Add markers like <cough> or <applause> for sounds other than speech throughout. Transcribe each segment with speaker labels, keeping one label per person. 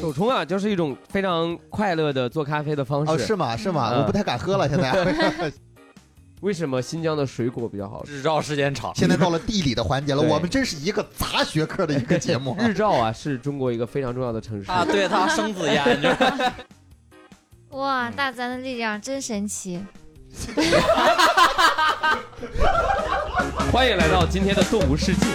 Speaker 1: 手冲啊，就是一种非常快乐的做咖啡的方式。
Speaker 2: 哦，是吗？是吗？
Speaker 1: 嗯
Speaker 2: 我不太敢喝了，现在
Speaker 1: <laughs>
Speaker 2: <laughs>
Speaker 1: 为什么新疆的水果比较好吃？
Speaker 3: 日照时间长，
Speaker 2: 现在到了地理的环节了，
Speaker 1: 对。
Speaker 2: 我们真是一个杂学科的一个节目
Speaker 1: 日照啊，是中国一个非常重要的城市。
Speaker 3: 啊，对他生子
Speaker 2: <laughs>
Speaker 3: 呀，你知道
Speaker 4: 哇，
Speaker 1: 嗯
Speaker 4: 大自然的力量真神奇！
Speaker 1: 欢迎来到今天的动物世
Speaker 2: <laughs>
Speaker 1: 界。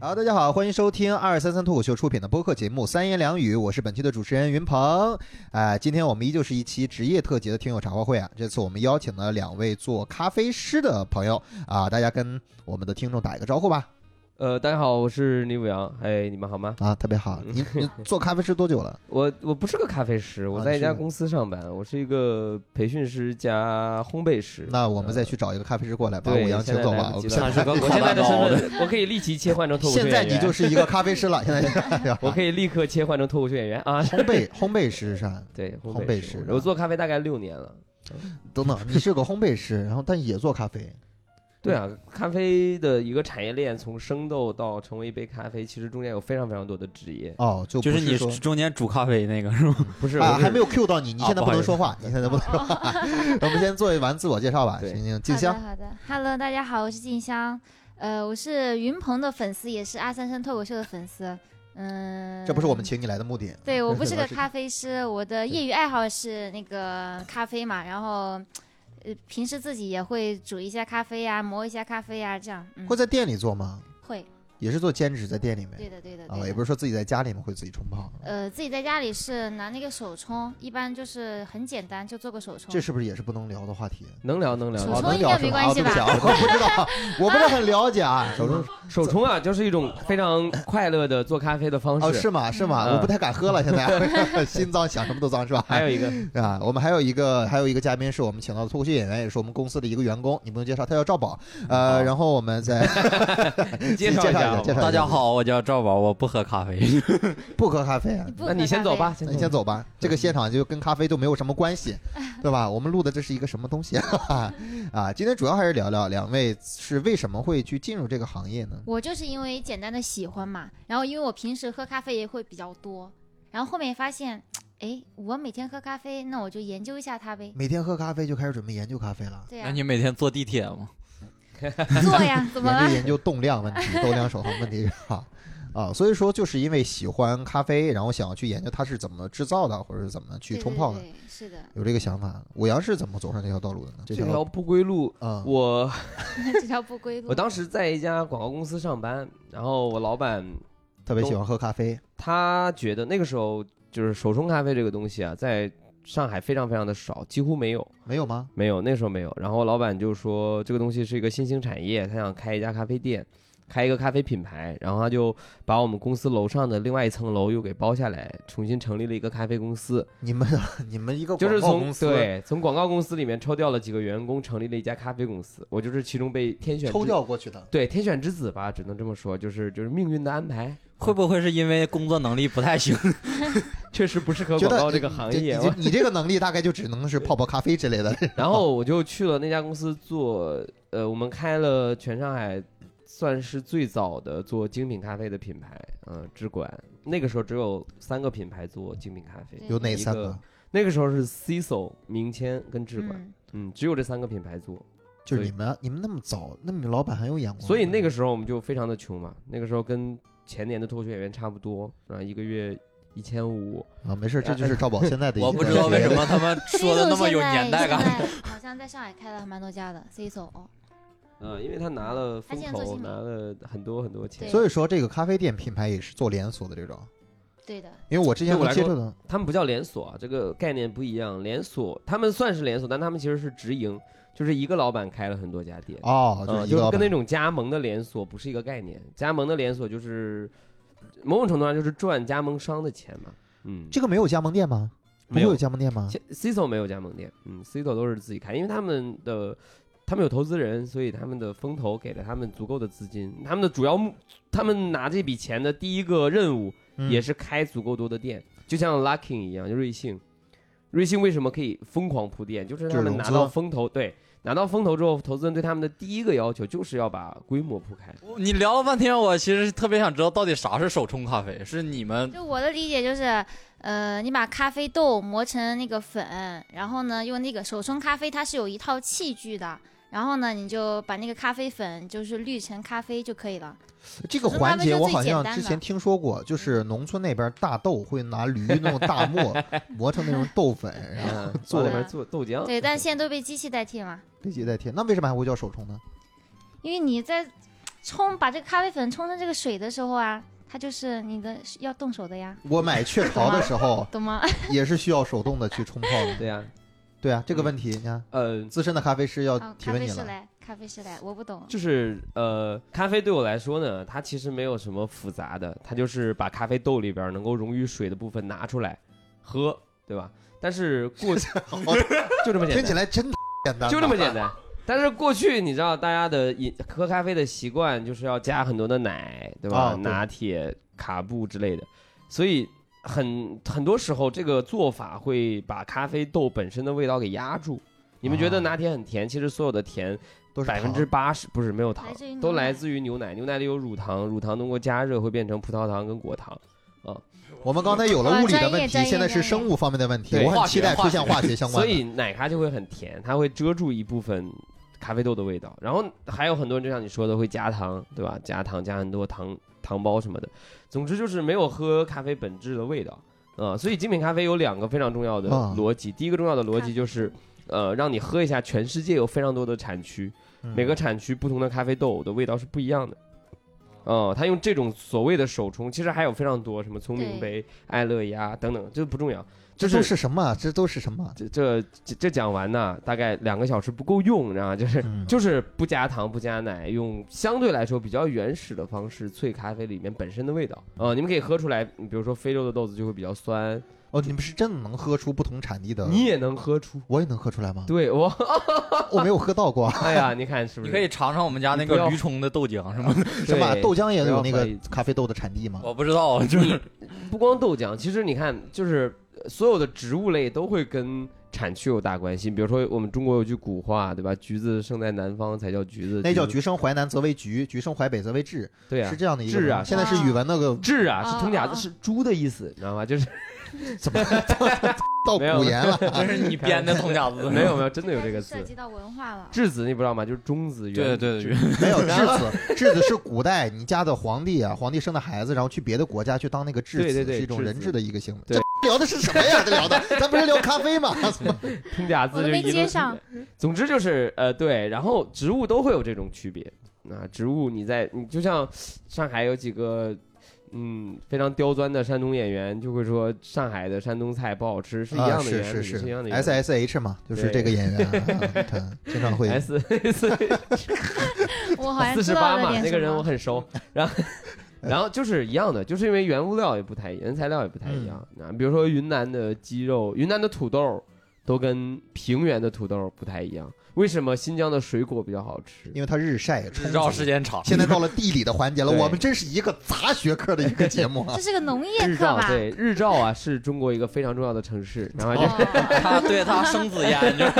Speaker 2: 好，大家好，欢迎收听二三三脱口秀出品的播客节目《三言两语》，我是本期的主持人云鹏。哎、今天我们依旧是一期职业特辑的听友茶话会啊，这次我们邀请了两位做咖啡师的朋友啊，大家跟我们的听众打一个招呼吧。
Speaker 1: 呃，大家好，我是李武阳。哎，你们好吗？
Speaker 2: 啊，特
Speaker 1: <laughs>
Speaker 2: 别好，您您做咖啡师多久了？
Speaker 1: 我我不是个咖啡师，我
Speaker 2: 啊
Speaker 1: 在一
Speaker 2: 是
Speaker 1: 家
Speaker 2: 吗
Speaker 1: 公司上班，我是一个培训师加烘焙师。呃
Speaker 2: 那我们再去找一个咖啡师过来，把
Speaker 1: 对，
Speaker 2: 五羊
Speaker 1: 现
Speaker 2: 请
Speaker 1: 在
Speaker 2: 走
Speaker 1: 来
Speaker 2: 吧。
Speaker 1: 不
Speaker 2: 我
Speaker 1: 及
Speaker 2: 们
Speaker 1: 了
Speaker 2: 现在 <laughs>
Speaker 1: 我现在的身份，我可以立即切换成脱口秀演
Speaker 2: 现在
Speaker 1: 员。
Speaker 2: 你就是一个咖啡师了，现在 <laughs>
Speaker 1: 我可以立刻切换成脱口秀演员啊！
Speaker 2: 烘焙 <laughs> 烘焙师是吧？
Speaker 1: 对，
Speaker 2: 烘
Speaker 1: 焙
Speaker 2: 焙师啊
Speaker 1: 我做咖啡大概六年了。
Speaker 2: 等等，
Speaker 3: <laughs>
Speaker 2: 你是个烘焙师，然后但也做咖啡，
Speaker 1: 对啊，咖啡的一个产业链，从生豆到成为一杯咖啡，其实中间有非常非常多的职业。
Speaker 2: 哦，就
Speaker 3: 就
Speaker 2: 不
Speaker 3: 是
Speaker 2: 是
Speaker 3: 你
Speaker 2: 说
Speaker 3: 中间煮咖啡
Speaker 2: <laughs>
Speaker 3: 那个是吗？
Speaker 1: 不是，
Speaker 2: 啊，
Speaker 1: 不是
Speaker 2: 还没有 Q 到
Speaker 3: <laughs>
Speaker 2: 你，你
Speaker 3: 啊
Speaker 2: 现在不
Speaker 3: 不好
Speaker 2: 能
Speaker 3: 意思
Speaker 2: 说话，你
Speaker 1: 哦
Speaker 2: 现 <laughs>
Speaker 3: <laughs>
Speaker 2: 在不能说话。我们先做完自我介绍吧，
Speaker 1: 对
Speaker 2: 行行，静
Speaker 4: 好的
Speaker 2: 香。
Speaker 4: 好的，Hello，大家好，我是静香，呃，我是云鹏的粉丝，也是阿三生脱口秀的粉丝。嗯，
Speaker 2: 这不是我们请你来的目的，
Speaker 4: 对我不是
Speaker 2: 我
Speaker 4: 个
Speaker 2: 是
Speaker 4: 咖啡师，我的业余爱好是那个咖啡嘛，然后，呃，平时自己也会煮一下咖啡呀、磨一下咖啡呀、这样。嗯，
Speaker 2: 会在店里做吗？
Speaker 4: 会，
Speaker 2: 也是做兼职在店里
Speaker 4: 对
Speaker 2: 面
Speaker 4: 的，对的，
Speaker 2: 啊，
Speaker 4: 对
Speaker 2: 也
Speaker 4: 的
Speaker 2: 不。是说自己在家里面会自己冲泡，
Speaker 4: 呃，自己在家里是拿那个手冲，一般就是很简单，就做个手冲。
Speaker 2: 这是不是也是不能聊的话题？
Speaker 1: 能聊能聊。
Speaker 4: 手
Speaker 2: 哦，
Speaker 4: 冲
Speaker 2: 能
Speaker 4: 应
Speaker 2: 聊
Speaker 4: 该
Speaker 2: 是
Speaker 4: 没
Speaker 2: 吧？
Speaker 4: 关
Speaker 2: 啊
Speaker 4: 系
Speaker 2: 对不起啊，我都不知道，
Speaker 4: <laughs>
Speaker 2: 我不是很了解啊。手
Speaker 3: <laughs>
Speaker 2: 中
Speaker 1: 手冲啊，就是一种非常快乐的做咖啡的方
Speaker 2: 哦，
Speaker 1: 式。
Speaker 2: 是吗？是吗？
Speaker 1: 嗯
Speaker 2: 我不太敢喝了，现
Speaker 3: <laughs>
Speaker 2: 在心脏想什么都脏是吧？ <laughs>
Speaker 3: 哎
Speaker 1: 还有一个，
Speaker 2: 啊，我们还有一个还有一个嘉宾是我们请到的脱口秀演员，也是我们公司的一个员工，你不用介绍，他叫赵宝。呃，
Speaker 1: 好
Speaker 2: 然后我们再
Speaker 1: 你介绍
Speaker 2: 介
Speaker 1: 一
Speaker 2: 绍一
Speaker 1: 下
Speaker 2: 下
Speaker 1: 好
Speaker 2: 介
Speaker 1: 吗。
Speaker 2: 绍
Speaker 3: 大家好，我叫赵宝，我不喝咖啡。
Speaker 2: 不喝咖啡啊
Speaker 4: 你，不
Speaker 1: 那你
Speaker 4: 喝
Speaker 1: 先
Speaker 4: 咖
Speaker 1: 走
Speaker 4: 啡
Speaker 1: 吧，，
Speaker 2: 那你先走吧，这个现场就跟咖啡都没有什么关系，对吧？我们录的这是一个什么东西啊？今天主要还是聊聊两位是为什么会去进入这个行业呢？
Speaker 4: 我就是因为简单的喜欢嘛，然后因为我平时喝咖啡也会比较多，然后后面发现，哎，我每天喝咖啡，那我就研究一下它呗。
Speaker 2: 每天喝咖啡就开始准备研究咖啡了，
Speaker 4: 对
Speaker 3: 嗯 <laughs> 那
Speaker 4: 呀、
Speaker 3: 你每天坐地铁吗？
Speaker 4: 做呀，怎么
Speaker 2: 研究
Speaker 4: 了？
Speaker 2: 研究动量问题、豆量守恒问题是吧？啊，所以说就是因为喜欢咖啡，然后想要去研究它是怎么制造的，或者是怎么去
Speaker 4: 对
Speaker 2: 冲泡的
Speaker 4: 对，对对是的， <laughs>
Speaker 2: 有这个想法。五羊是怎么走上这条道路的呢？
Speaker 1: 这
Speaker 2: 条
Speaker 1: 条不归路，
Speaker 2: 啊，
Speaker 1: 我
Speaker 4: 这条不归路。
Speaker 1: 我当时在一家广告公司上班，然后我老板
Speaker 2: 特别喜欢喝咖啡，
Speaker 1: 他觉得那个时候就是手冲咖啡这个东西啊，在上海非常非常的少，几乎没有，
Speaker 2: 没有吗？ <laughs>
Speaker 1: 没有那时候没有。然后老板就说这个东西是一个新兴产业，他想开一家咖啡店，开一个咖啡品牌，然后他就把我们公司楼上的另外一层楼又给包下来，重新成立了一个咖啡公司，
Speaker 2: 你们你们一个
Speaker 1: 就是
Speaker 2: 广告
Speaker 1: 从
Speaker 2: 公司
Speaker 1: 对从广告公司里面抽调了几个员工，成立了一家咖啡公司。我就是其中被天选之
Speaker 2: 抽调过去的，
Speaker 1: 对天选之子吧，只能这么说，就是就是命运的安排，
Speaker 3: 会不会是因为工作能力不太行？
Speaker 1: 确实不适合
Speaker 2: 觉
Speaker 1: 广
Speaker 2: 得
Speaker 1: 告这个行
Speaker 2: 这
Speaker 1: 业。<laughs>
Speaker 2: 你这你这个能力大概就只能是泡泡咖啡之类的。
Speaker 1: 然后我就去了那家公司做，呃，我们开了全上海算是最早的做精品咖啡的品牌，嗯、只管那个时候只有三个品牌做精品咖啡
Speaker 4: 对，
Speaker 2: 有哪三
Speaker 1: 一
Speaker 2: 个
Speaker 1: 个？那个时候是 CISO、明谦跟智管，
Speaker 4: 嗯，
Speaker 1: 嗯，只有这三个品牌做，
Speaker 2: 就是你们啊你们那么早，那你老板很有眼光。
Speaker 1: 所以那个时候我们就非常的穷嘛，那个时候跟前年的脱口秀演员差不多，啊，一个月一千五，
Speaker 2: 啊，没
Speaker 1: 哎
Speaker 2: 事，这就是赵
Speaker 1: <laughs>
Speaker 2: 宝现在的一个。
Speaker 3: 我不知道为什么他们
Speaker 4: C
Speaker 3: 说的那么有年代 <laughs> 感。
Speaker 4: 嗯现在好像在上海开了蛮多家的 C 手哦，
Speaker 1: 呃，因为他拿了
Speaker 4: 他
Speaker 1: 风
Speaker 4: 现在做
Speaker 1: 口，
Speaker 4: 精品
Speaker 1: 拿了很多很多钱
Speaker 4: 对，
Speaker 2: 所以说这个咖啡店品牌也是做连锁的这种，
Speaker 4: 对的，
Speaker 2: 因为我之前
Speaker 1: 对我来
Speaker 2: 接
Speaker 1: 说
Speaker 2: 触的，
Speaker 1: 他们不叫连锁啊，这个概念不一样。连锁，他们算是连锁，但他们其实是直营，就是一个老板开了很多家店，
Speaker 2: 哦，
Speaker 1: 呃
Speaker 2: 是一
Speaker 1: 就
Speaker 2: 个
Speaker 1: 是
Speaker 2: 老
Speaker 1: 跟那
Speaker 2: 板。
Speaker 1: 种加盟的连锁不是一个概念。加盟的连锁就是某种程度上就是赚加盟商的钱嘛。嗯，
Speaker 2: 这个没有加盟店吗？不
Speaker 1: 没
Speaker 2: 会
Speaker 1: 有
Speaker 2: 有加盟店吗？
Speaker 1: 现 Cito 没有加盟店，嗯，Cito 都是自己开，因为他们的他们有投资人，所以他们的风投给了他们足够的资金。他们的主要目，他们拿这笔钱的第一个任务
Speaker 2: 嗯
Speaker 1: 也是开足够多的店，就像 Luckin 一样，就瑞幸。瑞幸为什么可以疯狂铺垫，就是啊他
Speaker 2: 就是
Speaker 1: 们
Speaker 2: 融
Speaker 1: 拿
Speaker 2: 资
Speaker 1: 到风投，对，拿到风投之后，投资人对他们的第一个要求就是要把规模铺开。
Speaker 3: 你聊了半天，我其实特别想知道到底啥是手冲咖啡，是你们
Speaker 4: 就我的理解就是，呃，你把咖啡豆磨成那个粉，然后呢，用那个手冲咖啡，它是有一套器具的。然后呢，你就把那个咖啡粉就是滤成咖啡就可以了。
Speaker 2: 这个
Speaker 4: 那
Speaker 2: 环
Speaker 4: 他们
Speaker 2: 节
Speaker 4: 就
Speaker 2: 我
Speaker 4: 最
Speaker 2: 好
Speaker 4: 简
Speaker 2: 像
Speaker 4: 单
Speaker 2: 之
Speaker 4: 的嗯
Speaker 2: 前听说过，就是农村那边大豆会拿驴那种大
Speaker 4: <laughs>
Speaker 2: 磨磨成那种豆粉，然后
Speaker 1: <laughs> 嗯，
Speaker 2: 做
Speaker 1: 做
Speaker 4: 了
Speaker 1: 那边做豆
Speaker 2: 哦
Speaker 1: 浆，
Speaker 4: 对，但现在都被机器代替嘛，
Speaker 2: 立即代替。那为什么还会叫手冲呢？
Speaker 4: 因为你在冲把这个咖啡粉冲成这个水的时候啊，它就是你的要动手的呀，
Speaker 2: 我买雀巢的时候
Speaker 4: <laughs> 懂吗？
Speaker 2: 也是需要手动的去冲泡的。
Speaker 1: <laughs> 对呀，
Speaker 2: 对啊，这
Speaker 4: 嗯
Speaker 2: 个问题你看，
Speaker 1: 呃，
Speaker 2: 资深的咖啡师要
Speaker 4: 啊，
Speaker 2: 哦提
Speaker 4: 咖
Speaker 2: 问
Speaker 4: 啡
Speaker 2: 你
Speaker 4: 师
Speaker 2: 了。
Speaker 4: 来，咖啡师来，我不懂。
Speaker 1: 就是呃，咖啡对我来说呢，它其实没有什么复杂的，它就是把咖啡豆里边能够溶于水的部分拿出来喝，对吧？但是
Speaker 2: <laughs>
Speaker 1: 过就这么简
Speaker 2: 哦听起
Speaker 1: 单，
Speaker 2: 来
Speaker 1: <laughs>
Speaker 2: 啊真简单，
Speaker 1: 就这么简单。但是过去你知道大家的饮喝咖啡的习惯就是要加很多的奶，对吧？
Speaker 2: 啊对
Speaker 1: 拿铁、卡布之类的，所以很很多时候这个做法会把咖啡豆本身的味道给压住。你们觉
Speaker 2: 啊
Speaker 1: 得拿铁很甜，其实所有的甜
Speaker 2: 都是
Speaker 1: 百分
Speaker 2: 糖
Speaker 1: 之八十不是没有糖
Speaker 4: 来自于，牛
Speaker 1: 都
Speaker 4: 奶
Speaker 1: 来自于牛奶，牛奶里有乳糖，乳糖通过加热会变成葡萄糖跟果糖。
Speaker 2: 我们刚才有了物理的问
Speaker 4: 哦哇专业
Speaker 2: 题，
Speaker 4: 专业
Speaker 2: 现在是生物方面的问题，
Speaker 1: 专业
Speaker 2: 我很期待出现
Speaker 3: 化学
Speaker 2: 化学相
Speaker 1: 所
Speaker 2: 关的。
Speaker 1: 以奶咖就会很甜，它会遮住一部分咖啡豆的味道。然后还有很多人就像你说的会加糖，对吧？加糖加很多糖糖包什么的。总之就是没有喝咖啡本质的味道啊、所以精品咖啡有两个非常重要的
Speaker 2: 啊
Speaker 1: 逻辑，第一个重要的逻
Speaker 4: 咖
Speaker 1: 辑
Speaker 4: 啡
Speaker 1: 就是。呃，让你喝一下，全世界有非常多的产区，
Speaker 2: 嗯
Speaker 1: 每个产区不同的咖啡豆的味道是不一样的。嗯，他用这种所谓的手冲，其实还有非常多，什么聪明杯、爱乐芽等等，这不重要，就
Speaker 2: 这
Speaker 1: 是
Speaker 2: 都是什么啊？这都是什么啊？
Speaker 1: 这这这这讲完呢，大概两个小时不够用，你知道吗？
Speaker 2: <laughs>
Speaker 1: 就是
Speaker 2: 嗯
Speaker 1: 就是不加糖不加奶，用相对来说比较原始的方式萃咖啡里面本身的味道。呃，你们可以喝出来，比如说非洲的豆子就会比较酸，
Speaker 2: 哦，你们是真的能喝出不同产地的？
Speaker 1: 你也能喝出。
Speaker 2: 我也能喝出来吗？
Speaker 1: 对我，
Speaker 2: 我没有喝到
Speaker 1: <laughs>
Speaker 2: 过，啊
Speaker 1: 哎呀，你看是不
Speaker 3: 你
Speaker 1: 是？
Speaker 3: 可以尝尝我们家那
Speaker 1: 你不
Speaker 3: 个
Speaker 1: 要
Speaker 3: 驴冲的豆浆什么的，
Speaker 1: 对
Speaker 2: 什么豆浆也有那
Speaker 1: 不要
Speaker 2: 个
Speaker 1: 怀疑哦
Speaker 2: 咖啡豆的产地吗？
Speaker 3: 我不知道， <laughs> 就是
Speaker 1: 不光豆浆，其实你看，就是呃所有的植物类都会跟产区有大关系。比如说，我们中国有句古话，对吧？橘子生在南方才叫橘子，
Speaker 2: 那叫
Speaker 1: 橘子。
Speaker 2: 橘生淮南则为橘，橘生淮北则为枳，
Speaker 1: 对啊
Speaker 2: 是，这样的一个
Speaker 1: 枳
Speaker 2: 东西。
Speaker 1: 啊
Speaker 2: 现在是语文那
Speaker 1: <laughs>
Speaker 2: 个
Speaker 1: 枳啊是通假
Speaker 4: 啊啊
Speaker 1: 字，
Speaker 4: 啊
Speaker 1: 是猪的意思，你知道吗？就是。
Speaker 2: 怎么到
Speaker 1: 没有
Speaker 2: 古言了？
Speaker 3: 这是你编的
Speaker 2: <laughs>
Speaker 3: 通假字，
Speaker 1: 没有没有，真的有
Speaker 4: 但
Speaker 1: 这
Speaker 4: 是
Speaker 1: 个词
Speaker 4: 涉。及到文化了。
Speaker 1: 质子你不知道吗？就是中子
Speaker 3: 对
Speaker 1: 元。
Speaker 3: <laughs> 对对，
Speaker 2: 没有质子，质子是古代你家的皇帝啊，皇帝生的孩子，然后去别的国家去当那个质
Speaker 1: 对
Speaker 2: 子，
Speaker 1: 对对
Speaker 2: 是一种
Speaker 1: 质
Speaker 2: 人
Speaker 1: 子
Speaker 2: 质的一个行为。
Speaker 1: 对
Speaker 2: 这聊的是什么呀？这聊的，咱不是聊咖啡吗？
Speaker 1: 通假
Speaker 4: <laughs>
Speaker 1: 字
Speaker 4: 我都
Speaker 1: 就
Speaker 4: 没
Speaker 1: 一路
Speaker 4: 接上。
Speaker 1: <laughs> 总之就是呃对，然后植物都会有这种区别。啊，植物你在你就像上海有几个嗯非常刁钻的山东演员就会说上海的山东菜不好 <laughs> 吃，是一
Speaker 2: 啊，
Speaker 1: 样的
Speaker 2: 是
Speaker 1: 原理，
Speaker 2: 是
Speaker 1: 是一样的原理。
Speaker 2: S S H 嘛，就是这个演
Speaker 1: <laughs>
Speaker 2: 员啊，啊他经常会
Speaker 1: S S <laughs>
Speaker 4: 我好像
Speaker 1: 四
Speaker 4: 知
Speaker 1: 十
Speaker 4: 道
Speaker 1: 八
Speaker 4: 了
Speaker 1: 嘛，
Speaker 4: 点
Speaker 1: 那个
Speaker 4: 什
Speaker 1: 人我
Speaker 4: 么。
Speaker 1: 很
Speaker 4: <laughs>
Speaker 1: 熟。然后，然后就是一样的，就是因为原物料也不太一样，原材料也不太一样。
Speaker 4: 嗯
Speaker 1: 啊，比如说云南的鸡肉、云南的土豆都跟平原的土豆不太一样。为什么新疆的水果比较好吃？
Speaker 2: 因为他日晒
Speaker 3: 日
Speaker 2: 充
Speaker 3: 照
Speaker 2: 足
Speaker 3: 时间长，
Speaker 2: <laughs> 现在到了地理的环节了，
Speaker 1: 对
Speaker 2: 我们真是一个杂学科的一个节目
Speaker 1: <laughs>
Speaker 2: 啊
Speaker 4: 这！是个农业
Speaker 1: 日
Speaker 4: 课
Speaker 1: 照
Speaker 4: 吧？
Speaker 1: 对日照啊，是中国一个非常重要的城市。然后 <laughs> 就，
Speaker 4: 哦，
Speaker 3: <laughs> 他对他生紫烟，就是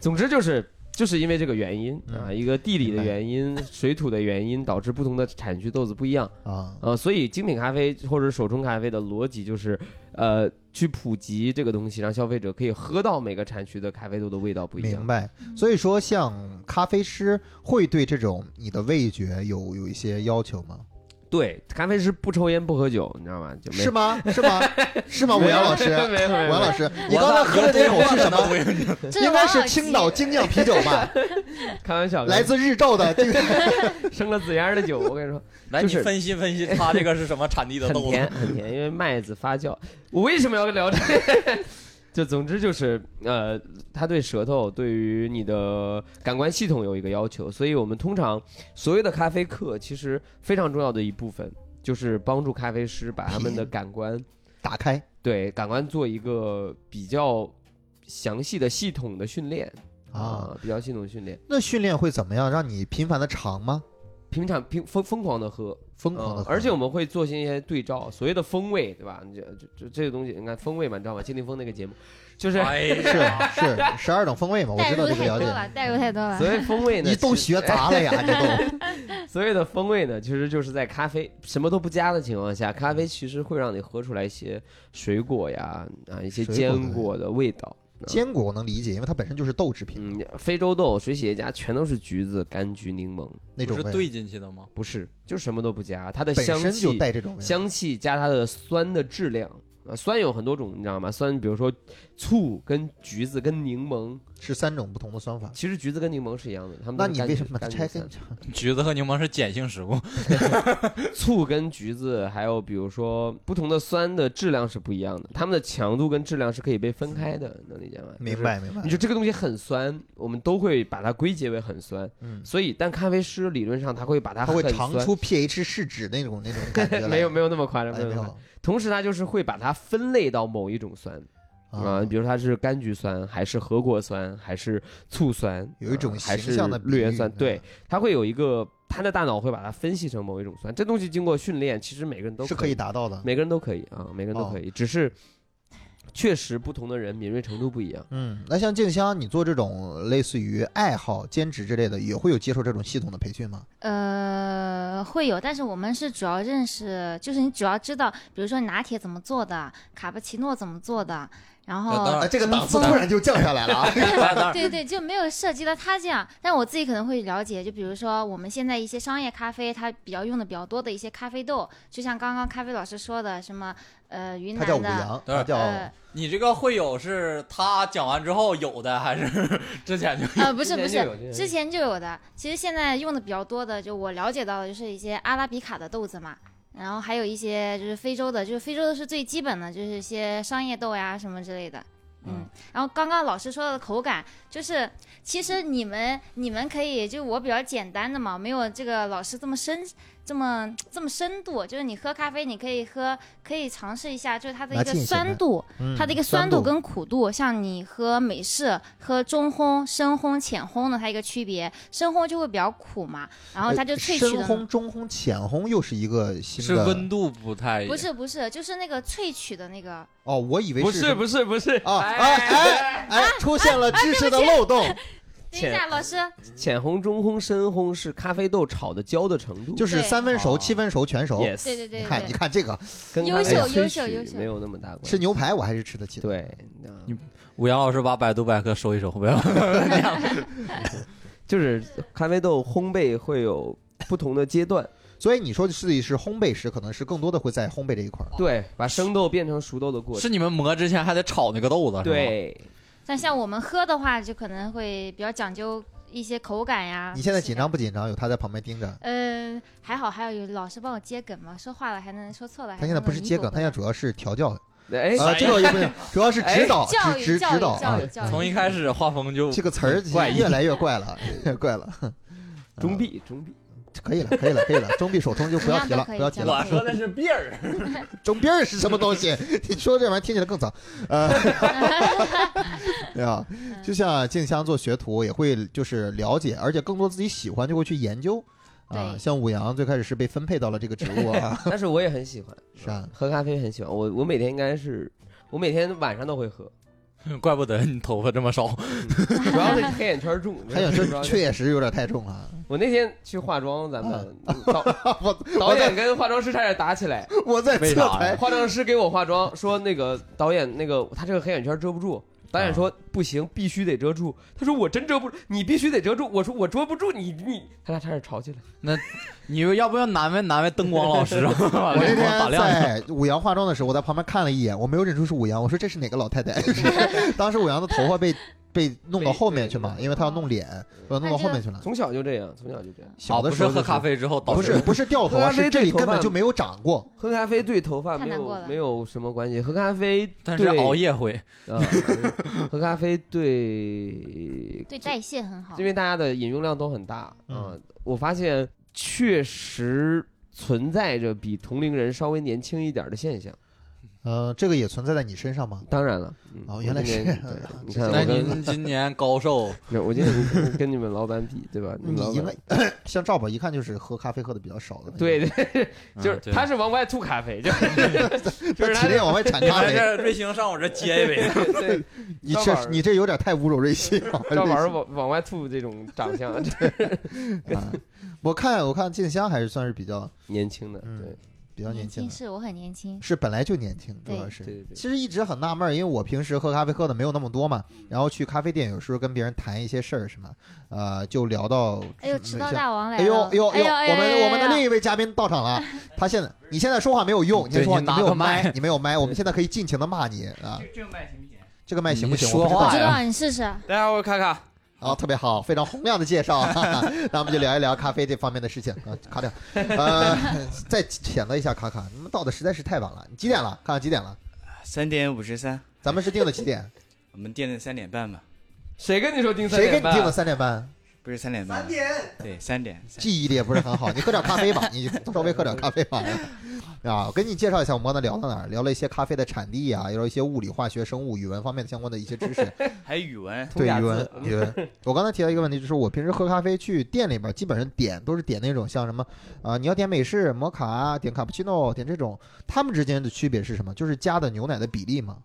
Speaker 1: 总之就是就是因为这个原因
Speaker 4: 嗯
Speaker 1: 啊，一个地理
Speaker 2: 明
Speaker 1: 的
Speaker 2: 白
Speaker 1: 原因、水土的原因，导致不同的产区豆子不一样。
Speaker 2: 啊，
Speaker 1: 呃，所以精品咖啡或者手冲咖啡的逻辑就是，呃，去普及这个东西，让消费者可以喝到每个产区的咖啡豆的味道不一
Speaker 2: 明
Speaker 1: 样。
Speaker 2: 白。所以说，像咖啡师会对这种你的味觉有有一些要求吗？
Speaker 1: 对，咖啡师不抽烟不喝酒，你知道吗？就没
Speaker 2: 是吗？
Speaker 1: <laughs>
Speaker 2: 是吗？是吗？
Speaker 1: 没有
Speaker 2: 文阳老
Speaker 1: <laughs> 没
Speaker 2: 师，
Speaker 1: 有没
Speaker 2: 文
Speaker 1: 有
Speaker 2: 阳老师， <laughs> 你刚才喝的那
Speaker 3: 这
Speaker 2: 口是什么？
Speaker 3: 么？
Speaker 4: 嗯这
Speaker 2: 应
Speaker 4: 王
Speaker 2: 该
Speaker 4: 老
Speaker 2: 是
Speaker 4: 吉
Speaker 2: 青岛精酿啤酒
Speaker 1: <laughs>
Speaker 2: 吧，
Speaker 1: 开玩笑，
Speaker 2: 来自日
Speaker 1: <laughs>
Speaker 2: 照的这个。
Speaker 1: 生了紫烟的酒，我跟你说，
Speaker 3: 来，
Speaker 1: 就
Speaker 3: 你
Speaker 1: 是
Speaker 3: 分析分析，他这个是什么产地的
Speaker 1: 很
Speaker 3: 豆
Speaker 1: 甜
Speaker 3: 子？
Speaker 1: 很甜，因为麦子发酵。我为什么要聊这个？ <laughs> 就总之就是，呃，它对舌头、对于你的感官系统有一个要求，所以我们通常所谓的咖啡课，其实非常重要的一部分就是帮助咖啡师把他们的感官
Speaker 2: 打开，
Speaker 1: 对感官做一个比较详细的系统的训练
Speaker 2: 啊，
Speaker 1: 嗯比较系统训练。
Speaker 2: 那训练会怎么样？让你频繁的尝吗？
Speaker 1: 平常平疯疯狂的喝，
Speaker 2: 疯狂的、
Speaker 1: 嗯而且我们会做一些对照，所谓的风味，对吧？你这这这这个东西，你看风味嘛，你知道吗？谢霆锋那个节目，就是、
Speaker 3: <laughs> 哎呀，
Speaker 2: 是啊是十二种风味嘛，我
Speaker 4: 代
Speaker 2: 知
Speaker 4: 入
Speaker 2: 道这个
Speaker 4: 太多
Speaker 2: 了解。
Speaker 4: 了，代入太多了
Speaker 1: 所。谓风味呢，
Speaker 2: 你都
Speaker 1: 其哎
Speaker 2: 学杂
Speaker 1: <laughs>
Speaker 2: 了呀，这都。
Speaker 1: 所谓的风味呢，其实就是在咖啡什么都不加的情况下，咖啡其实会让你喝出来一些水果呀啊一些
Speaker 2: 水果
Speaker 1: 坚果的味道。
Speaker 2: 坚果我能理解，因为它本身就是豆制品
Speaker 1: 嗯，非洲豆、水洗加全都是橘子、柑橘、柠檬，
Speaker 2: 那
Speaker 3: 不
Speaker 2: 种
Speaker 3: 是
Speaker 2: 味，
Speaker 3: 兑进去的吗？
Speaker 1: 不是就什么都不加，它的
Speaker 2: 本
Speaker 1: 香
Speaker 2: 身就
Speaker 1: 气
Speaker 2: 带这种味。
Speaker 1: 香气加它的酸的质量啊，酸有很多种，你知道吗？酸比如说醋跟橘子跟柠檬，
Speaker 2: 是三种不同的酸法。
Speaker 1: 其实橘子跟柠檬是一样的，它们
Speaker 2: 那
Speaker 1: 都
Speaker 2: 你
Speaker 1: 是柑
Speaker 2: 为
Speaker 1: 橘
Speaker 2: 什么把它
Speaker 1: 柑橘
Speaker 2: 拆
Speaker 1: 酸
Speaker 2: 开？
Speaker 3: 橘子和柠檬是碱性食物， <laughs>
Speaker 1: 醋跟橘子，还有比如说不同的酸的质量是不一样的，它们的强度跟质量是可以被分开的，能理解吗？
Speaker 2: <laughs> 明。白明白
Speaker 1: 你。说这个东西很酸，我们都会把它归结为很酸，
Speaker 2: 嗯，
Speaker 1: 所以但咖啡师理论上他会把它
Speaker 2: 它会
Speaker 1: 很
Speaker 2: 尝
Speaker 1: 酸
Speaker 2: 出 pH 试纸那种那种感觉来。
Speaker 1: <laughs> 没有没有那么夸张，
Speaker 2: 哎
Speaker 1: 没有
Speaker 2: 没
Speaker 1: 那么
Speaker 2: 有
Speaker 1: 夸张。同时，它就是会把它分类到某一种酸啊、
Speaker 2: 啊，
Speaker 1: 比如它是柑橘酸，还是核果酸，还是醋酸，
Speaker 2: 有一种
Speaker 1: 啊还
Speaker 2: 形
Speaker 1: 是
Speaker 2: 象的
Speaker 1: 绿
Speaker 2: 比
Speaker 1: 原
Speaker 2: 喻
Speaker 1: 酸，
Speaker 2: 嗯
Speaker 1: 对，它会有一个他的大脑会把它分析成某一种酸。这东西经过训练，其实每个人都
Speaker 2: 是
Speaker 1: 可
Speaker 2: 可以达到的。
Speaker 1: 每个人都可以啊，每个人都
Speaker 2: 哦
Speaker 1: 可以，只是确实不同的人敏锐程度不一样。
Speaker 2: 嗯，那像静香，你做这种类似于爱好、兼职之类的，也会有接受这种系统的培训吗？
Speaker 4: 呃，会有，但是我们是主要认识，就是你主要知道，比如说你拿铁怎么做的，卡布奇诺怎么做的，然
Speaker 3: 当然嗯
Speaker 4: 后
Speaker 3: 啊
Speaker 2: 哎这个
Speaker 4: 什么
Speaker 2: 档次
Speaker 4: 风
Speaker 2: 突然就降下来了啊！
Speaker 1: <laughs>
Speaker 2: <laughs>
Speaker 3: 当然
Speaker 4: 对对，就没有涉及到他这样。但我自己可能会了解，就比如说我们现在一些商业咖啡，它比较用的比较多的一些咖啡豆，就像刚刚咖啡老师说的，什么呃云
Speaker 2: 他叫
Speaker 4: 南
Speaker 2: 五
Speaker 4: 的，
Speaker 2: 羊，哦
Speaker 3: 对
Speaker 2: 他叫
Speaker 4: 呃
Speaker 3: 你这个会有是他讲完之后有的，还是之前 <laughs> 就
Speaker 4: 呃不是不
Speaker 1: 之前
Speaker 4: 是
Speaker 1: 就有之前，就
Speaker 4: 之前就有的。其实现在用的比较多的，就我了解到的就是一些阿拉比卡的豆子嘛。然后还有一些就是非洲的，就是非洲的是最基本的，就是一些商业豆呀什么之类的。嗯，然后刚刚老师说的口感，就是其实你们你们可以，就我比较简单的嘛，没有这个老师这么深这么这么深度。就是你喝咖啡，你可以喝，可以尝试一下，就是它的一
Speaker 2: 拿
Speaker 4: 个
Speaker 2: 近一些
Speaker 4: 酸
Speaker 2: 看
Speaker 4: 度，
Speaker 2: 嗯
Speaker 4: 它的一个酸度跟苦度，像你喝美式、喝中烘、深烘、浅烘的它一个区别，深烘就会比较苦嘛，然后它哦就
Speaker 2: 呃
Speaker 4: 萃
Speaker 2: 深
Speaker 4: 取的。
Speaker 2: 烘、中烘、浅烘又是一个新
Speaker 3: 是
Speaker 2: 的
Speaker 3: 温度不太一样
Speaker 4: 不是不是，就是那个萃取的那个，
Speaker 2: 哦，我以为
Speaker 1: 不
Speaker 2: 是
Speaker 1: 是不是不是
Speaker 2: 啊哎哎
Speaker 4: 啊
Speaker 2: 哎，出现了知识的漏洞，
Speaker 4: <laughs> 等一下，老师，
Speaker 1: 浅烘、中烘、深烘是咖啡豆炒的焦的程度，
Speaker 2: 就是
Speaker 4: 对
Speaker 2: 三分熟、
Speaker 3: 哦
Speaker 2: 七分熟、全熟。
Speaker 1: yes，
Speaker 4: 对对
Speaker 2: 你
Speaker 4: 对
Speaker 2: 看，你
Speaker 4: 对，
Speaker 2: 看这个
Speaker 1: 跟
Speaker 4: 优
Speaker 1: 咖啡
Speaker 4: 秀
Speaker 1: 的萃
Speaker 4: 优秀
Speaker 1: 取
Speaker 4: 优秀
Speaker 1: 没有那么大关
Speaker 2: 吃
Speaker 1: 系。
Speaker 2: 牛排，我还是吃得起的。
Speaker 1: 对，嗯
Speaker 3: 你五羊老师把百度百科收一收，不要 <laughs>
Speaker 1: 就是咖啡豆烘焙会有不同的阶段，
Speaker 2: 所以你说的是是烘焙师，可能是更多的会在烘焙这一
Speaker 4: 啊
Speaker 2: 块儿。
Speaker 1: 对，把生豆变成熟豆的过程。
Speaker 3: 是你们磨之前还得炒那个豆子，是吗，
Speaker 1: 对，
Speaker 4: 但像我们喝的话，就可能会比较讲究一些口感呀。
Speaker 2: 你现在
Speaker 4: 质
Speaker 2: 紧
Speaker 4: 量？
Speaker 2: 张不紧张？有他在旁边盯着。
Speaker 4: 嗯，还好还有老师帮我接梗嘛，说话了还能说错了。
Speaker 2: 他现在不是接梗，他现在主要是调教，
Speaker 1: 哎，
Speaker 2: 啊，这个也不是，主要是指导、
Speaker 4: 教
Speaker 2: 指
Speaker 4: 育
Speaker 2: 指
Speaker 4: 教
Speaker 2: 指
Speaker 4: 育
Speaker 2: 导
Speaker 4: 教
Speaker 1: <laughs>
Speaker 2: 啊
Speaker 4: 育。教育。
Speaker 3: 从一开始画风就
Speaker 2: 这个词儿 <laughs>
Speaker 3: 怪异
Speaker 2: 越来越怪了，越怪了。 <laughs> 啊嗯
Speaker 1: 中臂中臂，
Speaker 2: 可以了，可以了，可以了，中臂手冲就不要提了，
Speaker 4: 怎
Speaker 2: 不
Speaker 4: 么样都可以
Speaker 2: 要提
Speaker 4: 怎么
Speaker 2: 了。
Speaker 4: 样
Speaker 3: 我说的是篦儿，
Speaker 2: 中边儿是什么东 <laughs> 西？你说这玩意儿听起来更脏，呃， <laughs> 对啊，就像静香做学徒也会就是了解，而且更多自己喜欢就会去研究啊。
Speaker 4: 对
Speaker 2: 像五羊最开始是被分配到了这个职务 <laughs> 啊，
Speaker 1: 但是我也很喜欢，
Speaker 2: 是啊
Speaker 1: 喝咖啡很喜欢，我我每天应该是，我每天晚上都会
Speaker 2: <laughs>
Speaker 1: 喝，
Speaker 3: <laughs> 怪不得你头发这么少。
Speaker 1: 主要是黑眼圈
Speaker 2: <laughs>
Speaker 1: 重，
Speaker 2: 还有
Speaker 1: 不知道
Speaker 2: 哎这确实有点太重了。
Speaker 1: 我那天去化妆，咱们导
Speaker 2: <laughs> 我
Speaker 1: 导
Speaker 2: 我在
Speaker 1: 演跟化妆师差点打起
Speaker 2: <laughs>
Speaker 1: 来，
Speaker 2: <laughs> 我在
Speaker 3: 为
Speaker 2: 侧
Speaker 3: 啥
Speaker 2: 台
Speaker 3: 呀，
Speaker 1: <laughs> 化妆师给我化妆说那个导演那个他这个黑眼圈遮不住。导演
Speaker 2: 啊
Speaker 1: 说不行，必须得遮住。他说我真遮不住，你必须得遮住。我说我遮不住，你你，他俩差点吵起来。
Speaker 3: 你们要不要难为难为灯光老
Speaker 2: <laughs>
Speaker 3: 师啊？把
Speaker 2: 我那
Speaker 3: 灯光打
Speaker 2: 天
Speaker 3: 亮一下。
Speaker 2: 在五羊化妆的时候，我在旁边看了一眼，我没有认出是五羊，我说这是哪个老太太？当时五羊的头发被被弄到后面去嘛，因为她要弄脸，我弄到后面去了。
Speaker 1: 从小就这样，从小就这样。
Speaker 2: 小的
Speaker 3: 哦
Speaker 2: 时
Speaker 3: 不是
Speaker 2: 候
Speaker 3: 喝
Speaker 2: 就是
Speaker 3: 咖啡之后导
Speaker 2: 不
Speaker 3: 致
Speaker 2: 是不是掉头
Speaker 1: 喝
Speaker 2: 啊，
Speaker 1: 咖啡
Speaker 2: 是这里
Speaker 1: 对头发
Speaker 2: 根本就没有长过。
Speaker 1: 喝咖啡对头发
Speaker 4: 太
Speaker 1: 没
Speaker 4: 难过
Speaker 1: 有
Speaker 4: 了
Speaker 1: 没有什么关系，喝咖啡
Speaker 3: 但是
Speaker 1: 对
Speaker 3: 熬夜会
Speaker 1: 啊，喝咖啡对，
Speaker 4: 对代谢很好
Speaker 1: 因。为大家的饮用量都很大啊、
Speaker 2: 嗯
Speaker 1: 我发现确实存在着比同龄人稍微年轻一点的现象。
Speaker 2: 呃，这个也存在在你身上吗？
Speaker 1: 当然了，嗯
Speaker 2: 哦
Speaker 1: 我
Speaker 2: 原来
Speaker 1: 今
Speaker 2: 是
Speaker 1: 年对，你
Speaker 2: 呃
Speaker 1: 看
Speaker 3: 那
Speaker 1: 我跟
Speaker 3: 您今年高寿？
Speaker 2: <laughs>
Speaker 1: 没有我今年跟你们老板比，对吧？你们
Speaker 2: 你
Speaker 1: 嗯老
Speaker 2: 应
Speaker 1: 板
Speaker 2: 该
Speaker 1: <laughs>
Speaker 2: 像赵宝一看就是喝咖啡喝的比较少的，
Speaker 1: 对，对，就
Speaker 3: 嗯
Speaker 1: 是
Speaker 3: 对
Speaker 1: 他是往外吐咖啡，就是就
Speaker 2: 他
Speaker 1: 是
Speaker 2: 起
Speaker 1: 他
Speaker 2: 点往外产
Speaker 5: 你
Speaker 2: 咖
Speaker 5: 们
Speaker 1: <laughs>
Speaker 2: 啡，
Speaker 5: 这瑞星上我这接
Speaker 2: <laughs>
Speaker 5: 一杯，
Speaker 1: 对
Speaker 2: 你
Speaker 1: 赵宝
Speaker 2: 这
Speaker 1: 儿
Speaker 2: 你这有点太侮辱瑞幸了。 <laughs>
Speaker 1: 照玩往往外吐这种长相，这
Speaker 2: 啊我看我看静香还是算是比较
Speaker 1: 年轻的，
Speaker 2: 嗯
Speaker 1: 对
Speaker 2: 比较年轻的，
Speaker 4: 是我很年轻，
Speaker 2: 是本来就年轻，主
Speaker 4: 对
Speaker 2: 要是。
Speaker 1: 对对对。
Speaker 2: 其实一直很纳闷儿，因为我平时喝咖啡喝的没有那么多嘛，然后去咖啡店有时候跟别人谈一些事儿什么，呃，就聊到
Speaker 4: 哎呦，
Speaker 2: 嗯
Speaker 4: 迟到
Speaker 2: 像
Speaker 4: 大王来
Speaker 2: 哎呦
Speaker 4: 了，
Speaker 2: 哎呦
Speaker 4: 哎
Speaker 2: 哎呦！我
Speaker 4: 哎
Speaker 2: 们
Speaker 4: 呦
Speaker 2: 我们的
Speaker 4: 哎呦
Speaker 2: 另一位嘉宾到场
Speaker 4: <laughs>
Speaker 2: 了，他现在你现在说话没有用，你
Speaker 3: 对
Speaker 2: 说话
Speaker 3: 你
Speaker 2: 你没
Speaker 3: 拿
Speaker 2: 有
Speaker 3: 个麦
Speaker 2: 麦，你没有
Speaker 3: <laughs>
Speaker 2: 麦，我们现在可以尽情的骂你啊，
Speaker 5: 这个麦行不行？
Speaker 2: 这个麦行不行？
Speaker 3: 你
Speaker 2: 我不知
Speaker 3: 说
Speaker 2: 道
Speaker 3: 话
Speaker 4: 知
Speaker 3: 呀
Speaker 4: 道你试试，
Speaker 5: 大家好，我是卡卡。
Speaker 2: 啊，特别好，非常洪亮的介绍，哈哈那我们就聊一聊咖啡这方面的事情啊，卡掉，呃，再谴责一下卡卡，你们到的实在是太晚了，你几点了？卡卡几点了？
Speaker 5: 三点五十三，
Speaker 2: 咱们是定的几点？
Speaker 5: 我们定的三点半吧，
Speaker 1: 谁跟你说定三
Speaker 2: 谁
Speaker 1: 点
Speaker 2: 给你
Speaker 1: 半？
Speaker 2: 定的三点半？
Speaker 5: 不是三点半。三点。对，三点。
Speaker 2: 记忆力也不是很好，你喝点咖啡吧，你稍微喝点咖啡吧。 <laughs> 啊，我跟你介绍一下，我们刚才聊到哪儿？聊了一些咖啡的产地啊，聊了一些物理、化学、生物、语文方面的相关的一些知识。
Speaker 5: 还有语文，
Speaker 1: 通
Speaker 2: 对
Speaker 1: 假
Speaker 2: 语
Speaker 1: 字 <laughs>
Speaker 2: 文，语文。我刚才提到一个问题，就是我平时喝咖啡去店里边，基本上点都是点那种像什么啊、你要点美式、摩卡、啊点卡布奇诺、点这种，他们之间的区别是什么？就是加的牛奶的比例嘛。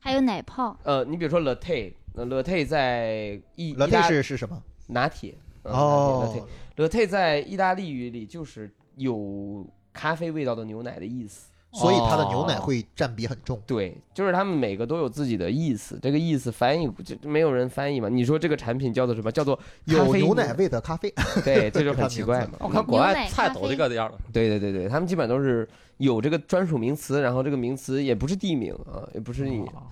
Speaker 4: 还有奶泡，
Speaker 1: 呃，你比如说 latte，那 latte 在意意
Speaker 2: 老
Speaker 1: 大
Speaker 2: 太是是什么？
Speaker 1: 拿铁嗯拿铁
Speaker 2: 哦，
Speaker 1: ，latte，latte 在意大利语里就是有咖啡味道的牛奶的意思。
Speaker 2: 所以它的牛奶会占比很重。
Speaker 1: 对，就是他们每个都有自己的意思，这个意思翻译这没有人翻译嘛？你说这个产品叫做什么？
Speaker 2: <laughs>
Speaker 1: 叫做咖
Speaker 2: 有
Speaker 1: 啡
Speaker 2: 牛奶，味的咖啡，
Speaker 1: 对，这就很奇怪嘛。
Speaker 3: 我看国
Speaker 4: 牛奶
Speaker 3: 外
Speaker 4: 咖
Speaker 3: 菜
Speaker 4: 啡
Speaker 3: 都这个样了，
Speaker 1: 对对对对，他们基本都是有这个专属名词，然后这个名词也不是地名啊，也
Speaker 2: 哦
Speaker 1: 不是你
Speaker 3: 哦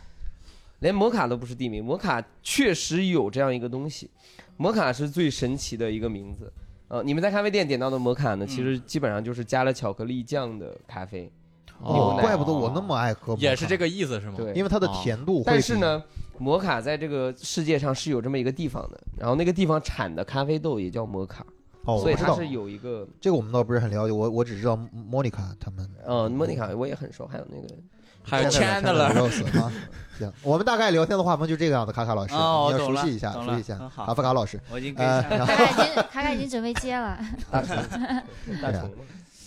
Speaker 1: 连摩卡都不是地名，摩卡确实有这样一个东西，摩卡是最神奇的一个名字。呃，你们在咖啡店点到的摩卡呢，其
Speaker 2: 嗯
Speaker 1: 实基本上就是加了巧克力酱的咖啡，
Speaker 2: 哦
Speaker 1: 牛，奶
Speaker 2: 怪不得我那么爱喝。
Speaker 3: 也是这，个意思是吗？
Speaker 1: 对。
Speaker 2: 因为它的
Speaker 5: 啊
Speaker 3: 哦
Speaker 2: 甜度会。
Speaker 1: 但是，呢，摩卡在这个世界上是有这么一个地方的，然后那个地方产的咖啡豆也叫摩卡，
Speaker 2: 哦，
Speaker 1: 所
Speaker 2: 我
Speaker 1: 以
Speaker 2: 知
Speaker 1: 它
Speaker 2: 道
Speaker 1: 是有一个，
Speaker 2: 这个我们倒不是很了解，我我只知道莫妮卡他们。
Speaker 1: 呃，莫妮卡我也很熟，还有
Speaker 2: <laughs>
Speaker 1: 那个
Speaker 3: 还有
Speaker 2: Chandler
Speaker 3: Chandler，
Speaker 2: <laughs> Rose 啊。行，我们大概聊天的话风就这个样子。卡卡老师，
Speaker 5: 哦
Speaker 2: 你要熟
Speaker 5: 懂了
Speaker 2: 悉一下，
Speaker 5: 懂
Speaker 2: 熟
Speaker 5: 了
Speaker 2: 悉一下。啊
Speaker 5: 嗯好
Speaker 2: 卡夫卡老师，
Speaker 5: 我已经跟
Speaker 2: 呃，
Speaker 5: 上了。
Speaker 2: 然后
Speaker 4: 卡卡
Speaker 2: <laughs>
Speaker 4: 已经卡卡已经准备接了， <laughs>
Speaker 1: 大虫，
Speaker 2: 哎
Speaker 1: 大虫嘛，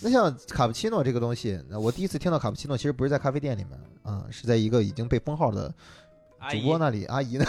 Speaker 2: 那像卡布奇诺这个东西，那我第一次听到卡布奇诺，其实不是在咖啡店里面，啊，是在一个已经被封号的
Speaker 5: 阿
Speaker 2: 主
Speaker 5: 姨
Speaker 2: 播，那里、阿姨
Speaker 5: <laughs>
Speaker 2: 那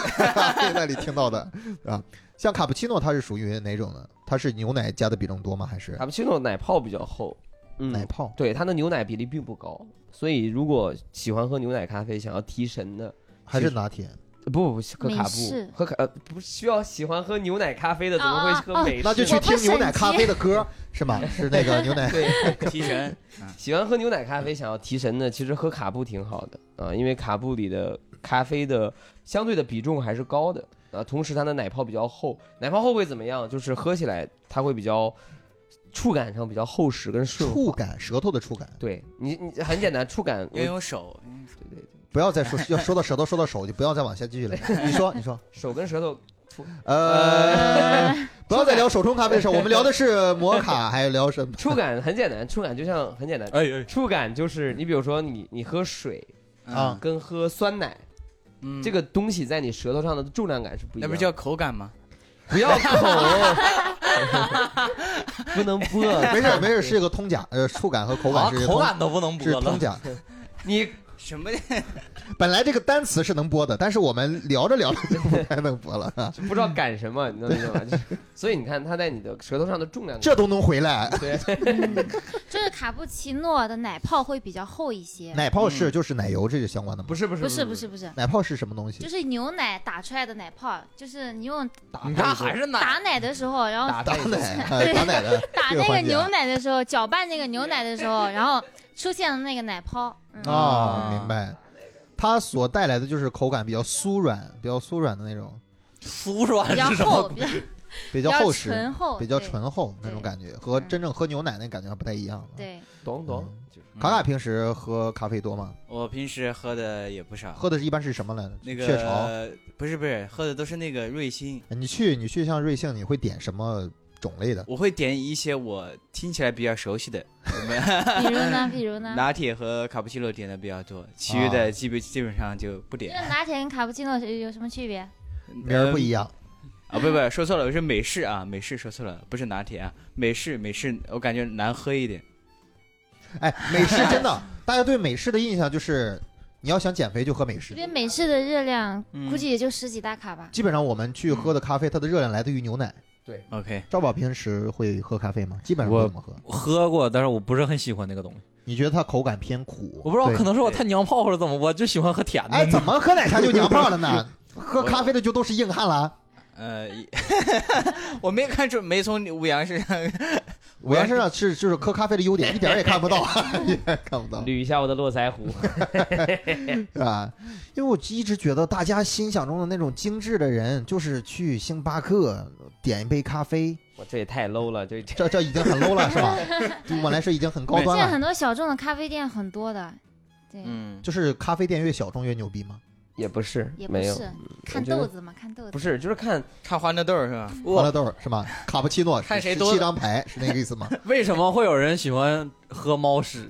Speaker 2: 那里听到的，啊。像卡布奇诺，它是属于哪种呢？它是牛奶加的比重多吗？还是
Speaker 1: 卡布奇诺奶泡比较厚，嗯，
Speaker 2: 奶泡？
Speaker 1: 对，它的牛奶比例并不高，所以如果喜欢喝牛奶咖啡，想要提神的，
Speaker 2: 还是拿铁？
Speaker 1: 呃不不不，喝
Speaker 4: 美
Speaker 1: 卡
Speaker 4: 式
Speaker 1: 布，喝卡呃不需要喜欢喝牛奶咖啡的，怎么会
Speaker 4: 哦哦
Speaker 1: 喝
Speaker 4: 哦
Speaker 1: 美式呢？
Speaker 2: 那就去
Speaker 4: 我
Speaker 2: 听
Speaker 4: 不
Speaker 2: 牛奶
Speaker 4: 审
Speaker 2: 咖
Speaker 4: 计
Speaker 2: 啡的歌是吗？是那个牛奶
Speaker 1: 对，
Speaker 5: 提
Speaker 2: <laughs>
Speaker 5: 神，
Speaker 1: 喜欢喝牛奶咖啡，想要提神的，其实喝卡布挺好的啊、因为卡布里的咖啡的相对的比重还是高的啊、同时它的奶泡比较厚，奶泡厚会怎么样？就是喝起来它会比较触感上比较厚实跟顺滑。
Speaker 2: 触感，哎舌头的触感。
Speaker 1: 对你，你很简单，触感。
Speaker 5: 用
Speaker 1: 对
Speaker 5: 用手，嗯
Speaker 1: 对对，
Speaker 2: 不要再说，要说到舌头，说到手，就不要再往下继续聊。你说，你说，
Speaker 1: 手跟舌头，
Speaker 2: 呃，不要再聊手冲咖啡的事儿，我们聊的是摩卡，还有聊什么？
Speaker 1: 触感很简单，触感就像很简单，
Speaker 3: 哎哎，
Speaker 1: 触感就是你比如说你你喝水
Speaker 2: 啊，
Speaker 1: 跟喝酸奶，
Speaker 5: 嗯，
Speaker 1: 这个东西在你舌头上的重量感是不一
Speaker 5: 那
Speaker 1: 样
Speaker 5: 不
Speaker 1: 的。
Speaker 5: 是叫口感吗？
Speaker 1: <laughs> 不要口， <laughs> 不能播。
Speaker 2: 没事儿没事儿，是一个通假，呃，触感和口
Speaker 3: 啊
Speaker 2: 感是，
Speaker 3: 口
Speaker 2: 通
Speaker 3: 感都不能
Speaker 2: 是
Speaker 3: 播了
Speaker 2: 通。假。
Speaker 1: 你
Speaker 5: 什么？
Speaker 2: 本来这个单词是能播的，但是我们聊着聊 <laughs> 着就不太能播了，
Speaker 1: 不知道赶什么，你能理解吗？就是所以你看，它在你的舌头上的重量，
Speaker 2: 这都能回来。
Speaker 1: 对，
Speaker 4: 就是卡布奇诺的奶泡会比较厚一些，
Speaker 2: 奶泡是就是奶油，这是相关的吗？
Speaker 1: <laughs> 不是不是
Speaker 4: 不是不是，不是，
Speaker 2: 奶泡是什么东西
Speaker 4: 就？是牛奶打出来的奶泡，就是你用
Speaker 3: 你看还
Speaker 1: 是
Speaker 3: 是奶，
Speaker 4: 打奶的时候，然后
Speaker 1: 打
Speaker 2: 打
Speaker 1: 在
Speaker 2: 奶， <laughs> 呃打奶的
Speaker 4: 打
Speaker 2: 这
Speaker 4: 那个
Speaker 2: 环节啊
Speaker 4: 牛奶的时候，搅拌那个牛奶的时候，然后出现了那个奶
Speaker 2: <laughs>
Speaker 4: 泡。嗯
Speaker 2: 啊，明。白。它所带来的就是口感比较酥软，比较酥软的那种，
Speaker 3: 酥软
Speaker 4: 比较
Speaker 3: 是什
Speaker 4: 厚，
Speaker 3: 么？
Speaker 4: 比较
Speaker 2: 比
Speaker 4: 比
Speaker 2: 较
Speaker 4: 较
Speaker 2: 厚实，
Speaker 4: 醇厚，
Speaker 2: 比较
Speaker 4: 对。
Speaker 2: 醇厚那种
Speaker 4: 对
Speaker 2: 感觉，和
Speaker 4: 嗯
Speaker 2: 真正喝牛奶那感觉还不太一样啊。
Speaker 4: 对，
Speaker 1: 懂懂。
Speaker 5: 嗯
Speaker 2: 卡卡平时喝咖啡多吗？
Speaker 5: 我平时喝的也不
Speaker 3: 啊
Speaker 5: 少，
Speaker 2: 喝的是一般是什么来着？
Speaker 5: 那个
Speaker 2: 雀巢。哎
Speaker 5: 不是不是，喝的都是那个瑞幸，
Speaker 2: 你去你去像瑞幸，你会点什么种类的？
Speaker 5: 我会点一些我听起来比较熟悉的，我们
Speaker 4: 比如呢，比
Speaker 2: <laughs>
Speaker 4: 如呢，
Speaker 5: 拿铁和卡布奇诺点的比较多，其余
Speaker 2: 啊
Speaker 5: 的基本基本上就不
Speaker 4: 这
Speaker 5: 点。
Speaker 4: 拿铁跟卡布奇诺有有什么区别？
Speaker 2: 名儿不一样，
Speaker 5: 啊，不不，说错了，我是美式啊，美式说错了，不是拿铁啊，美式美式，我感觉难喝一点。
Speaker 3: 嗯
Speaker 2: 哎，美式真的，大家对美式的印象就是，你要想减肥就喝美
Speaker 4: 这
Speaker 2: 式。
Speaker 4: 边美式的热量
Speaker 5: 嗯
Speaker 4: 估计也就十几大卡吧。
Speaker 2: 基本上我们去喝
Speaker 3: 嗯
Speaker 2: 的咖啡，它的热量来自于牛奶。
Speaker 5: OK，
Speaker 2: 赵宝平时会喝咖啡吗？基本上不
Speaker 3: 我
Speaker 2: 怎么喝。
Speaker 3: 喝过，但是我不是很喜欢那个东西。
Speaker 2: 你觉得它口感偏苦？
Speaker 3: 我不知道，
Speaker 2: 对
Speaker 3: 可能是我太娘炮或者怎么，我就喜欢喝甜的。
Speaker 2: 哎，怎么喝奶茶就娘炮了
Speaker 3: <laughs>
Speaker 2: 呢？喝咖啡的就都是硬汉了。
Speaker 5: 呃， <laughs> 我没看出，没从吴阳身上，
Speaker 2: 我原身上是就是喝咖啡的优点，一点儿也看不到，
Speaker 3: <laughs>
Speaker 2: 一点儿也看不到，
Speaker 1: 捋一下我的络腮胡。
Speaker 2: 是吧？因为我一直觉得大家心想中的那种精致的人，就是去星巴克点一杯咖啡，
Speaker 1: 我这也太 low 了，这 <laughs> 这
Speaker 2: 这这已经很 low 了，是吧？对我们来说已经很高
Speaker 4: 现
Speaker 2: 端啊
Speaker 4: 在
Speaker 2: 了。
Speaker 4: 很多小众的咖啡店很多的，对，
Speaker 5: 嗯，
Speaker 2: 就是咖啡店越小众越牛逼吗？
Speaker 1: 也不是，
Speaker 4: 也不
Speaker 1: 没有，
Speaker 4: 是看
Speaker 1: 觉得
Speaker 4: 豆子嘛，看豆
Speaker 1: 不
Speaker 4: 子。
Speaker 1: 是，就是看
Speaker 5: 看欢乐豆儿是吧？
Speaker 2: 欢
Speaker 3: 我
Speaker 2: 乐豆是吧？卡布奇诺
Speaker 3: 看谁
Speaker 2: 十
Speaker 3: 多
Speaker 2: 七张牌是那个意思
Speaker 3: <laughs>
Speaker 2: 吗？
Speaker 3: <laughs> 为什么会有人喜欢喝猫屎？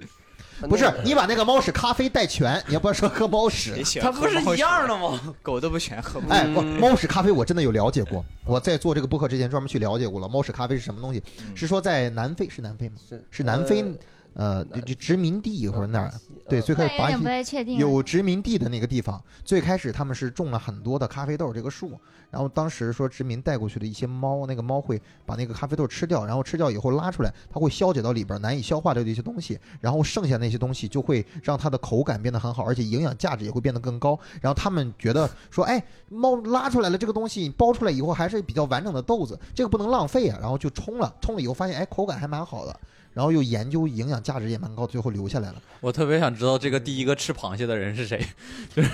Speaker 1: 呃
Speaker 2: 不是，你把那个猫屎咖啡带全，你要不要说喝猫屎
Speaker 5: 谁？喜
Speaker 3: 它
Speaker 5: 欢
Speaker 3: 不是
Speaker 5: 喝猫
Speaker 3: 一
Speaker 5: 屎
Speaker 3: 样的吗？
Speaker 5: 狗都不喜欢喝猫屎。
Speaker 2: 哎，我
Speaker 3: 嗯
Speaker 2: 猫屎咖啡我真的有了解过，我在做这个播客之前专门去了解过了。猫屎咖啡是什么东西？
Speaker 5: 嗯
Speaker 2: 是说在南非是南非吗？
Speaker 1: 是
Speaker 2: 是南非
Speaker 1: 呃
Speaker 2: 呃就就殖民地或者那儿，
Speaker 1: 呃
Speaker 2: 对，最
Speaker 4: 我
Speaker 2: 开
Speaker 4: 有
Speaker 2: 始巴
Speaker 4: 点
Speaker 2: 西
Speaker 4: 不太确定。啊
Speaker 2: 有殖民地的那个地方，最开始他们是种了很多的咖啡豆这个树，然后当时说殖民带过去的一些猫，那个猫会把那个咖啡豆吃掉，然后吃掉以后拉出来，它会消解到里边难以消化掉的一些东西，然后剩下那些东西就会让它的口感变得很好，而且营养价值也会变得更高。然后他们觉得说，哎，猫拉出来了这个东西，剥出来以后还是比较完整的豆子，这个不能浪费啊，然后就冲了，冲了以后发现，哎，口感还蛮好的。然后又研究营养价值也蛮高，最后留下来了。
Speaker 3: 我特别想知道这个第一个吃螃蟹的人是谁。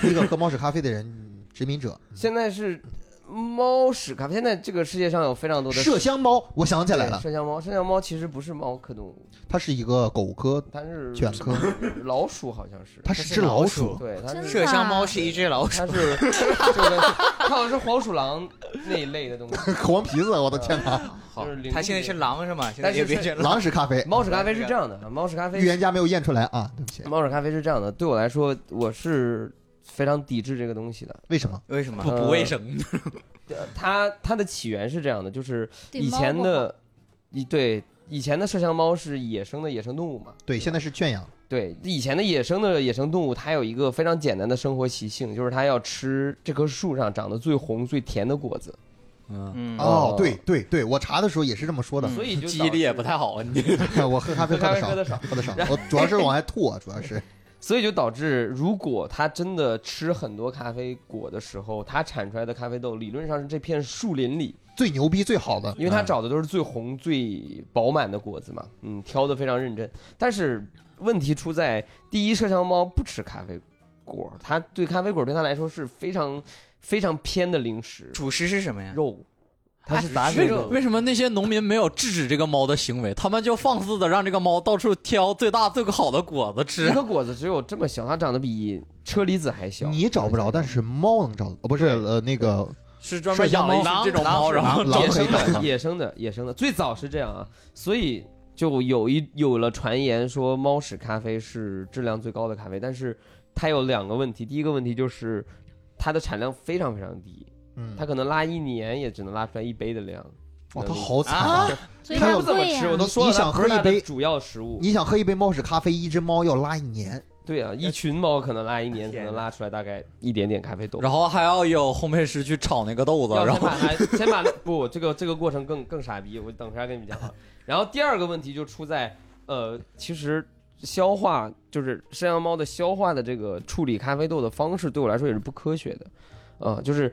Speaker 2: 第一个喝猫屎咖啡的人，殖民
Speaker 1: <laughs>
Speaker 2: 者。嗯
Speaker 1: 现在是猫屎咖啡。现在这个世界上有非常多的
Speaker 2: 麝香猫，我想起来
Speaker 1: 对
Speaker 2: 了，
Speaker 1: 麝香猫，麝香猫其实不是猫科动物，
Speaker 2: 它是一个狗科，
Speaker 1: 它是
Speaker 2: 犬科，
Speaker 1: 老鼠好像是。
Speaker 2: 它是只老鼠。
Speaker 1: 对，它
Speaker 4: 真
Speaker 1: 是
Speaker 4: 的
Speaker 5: 麝香猫是一只老鼠，
Speaker 1: 它是 <laughs> 就是它好像是黄鼠狼那一类的东西。
Speaker 2: 黄皮子，我的天哪！
Speaker 5: <laughs> 好
Speaker 1: 就是，零
Speaker 5: 它现在是狼是吗？现在
Speaker 1: 但是
Speaker 5: 也变成狼。
Speaker 2: 狼屎咖啡，
Speaker 1: 猫屎咖啡是这样的，啊猫屎咖啡
Speaker 2: 预言家没有验出来啊，对不起。
Speaker 1: 猫屎咖啡是这样的，对我来说我是非常抵制这个东西的。
Speaker 2: 为什么？
Speaker 5: 为什么
Speaker 3: 不？不卫生，
Speaker 1: 呃它它的起源是这样的，就是
Speaker 4: 对
Speaker 1: 以
Speaker 4: 猫
Speaker 1: 前
Speaker 4: 不好
Speaker 1: 的，以对以前的麝香猫是野生的野生动物嘛。
Speaker 2: 对，现在是圈养，
Speaker 1: 对，以前的野生的野生动物，它有一个非常简单的生活习性，就是它要吃这棵树上长得最红、最甜的果子，
Speaker 3: 嗯，
Speaker 5: 嗯，
Speaker 2: 哦
Speaker 1: 哦，
Speaker 2: 对对对，我查的时候也是这么说的。
Speaker 1: 所以就
Speaker 3: 记忆力也不太好。啊你
Speaker 2: <laughs> 我喝咖啡
Speaker 1: 喝咖
Speaker 2: 的
Speaker 1: 啡
Speaker 2: 少
Speaker 1: 喝，的少，
Speaker 2: 喝的少，
Speaker 1: <laughs>
Speaker 2: 我主要是往外吐啊，主要是。
Speaker 1: 所以就导致，如果它真的吃很多咖啡果的时候，它产出来的咖啡豆理论上是这片树林里，
Speaker 2: 最牛逼、最好的，
Speaker 1: 因为
Speaker 3: 嗯
Speaker 1: 它找的都是最红、最饱满的果子嘛，嗯，挑的非常认真。但是问题出在，第一，麝香猫不吃咖啡果，它对咖啡果对它来说是非常非常偏的零食，
Speaker 5: 主食是什么呀？
Speaker 1: 肉，它是杂食
Speaker 3: 为什
Speaker 1: 肉
Speaker 3: 么。为什么那些农民没有制止这个猫的行为？他们就放肆的让这个猫到处挑最大最好的果子
Speaker 1: 一
Speaker 3: 吃。
Speaker 1: 个果子只有这么小，它长得比车厘子还小。
Speaker 2: 你找不着，但是猫能找到，哦不是呃
Speaker 1: <laughs>
Speaker 2: 那个
Speaker 3: 是专门养了一
Speaker 5: 狼
Speaker 3: 只这种
Speaker 5: 狼
Speaker 3: 猫，
Speaker 5: 是
Speaker 3: 然后
Speaker 2: 狼
Speaker 1: 野
Speaker 2: 可以
Speaker 1: 生
Speaker 2: 找
Speaker 1: 的，
Speaker 2: 到。
Speaker 1: 野生的，野生的，最早是这样啊，所以就有一有了传言说猫屎咖啡是质量最高的咖啡，但是它有两个问题，第一个问题就是它的产量非常非常低，
Speaker 2: 嗯，
Speaker 1: 它可能拉一年也只能拉出来一杯的量。
Speaker 2: 哇，它好惨啊！
Speaker 4: 所以
Speaker 2: 它
Speaker 4: 它
Speaker 2: 有
Speaker 1: 不怎么
Speaker 4: 贵呀
Speaker 1: 吃，我都
Speaker 2: 你
Speaker 1: 说了，
Speaker 2: 你想
Speaker 1: 它不是
Speaker 2: 喝
Speaker 1: 它
Speaker 2: 一
Speaker 1: 的
Speaker 2: 杯
Speaker 1: 主要食物？
Speaker 2: 你想喝一杯猫屎咖啡，一只猫要拉一年，
Speaker 1: 对啊，一群猫可能拉一年，可
Speaker 5: 天
Speaker 1: 能
Speaker 5: 哪
Speaker 1: 拉出来大概一点点咖啡豆。
Speaker 3: 然后还要有烘焙师去炒那个豆子，
Speaker 1: 要
Speaker 3: 然
Speaker 1: 先
Speaker 3: 后
Speaker 1: 把它 <laughs> 先把不这个这个过程更更傻逼，我等会儿跟你们讲啊。然后第二个问题就出在呃，其实消化就是山羊猫的消化的这个处理咖啡豆的方式，对我来说也是不科学的。啊、就是，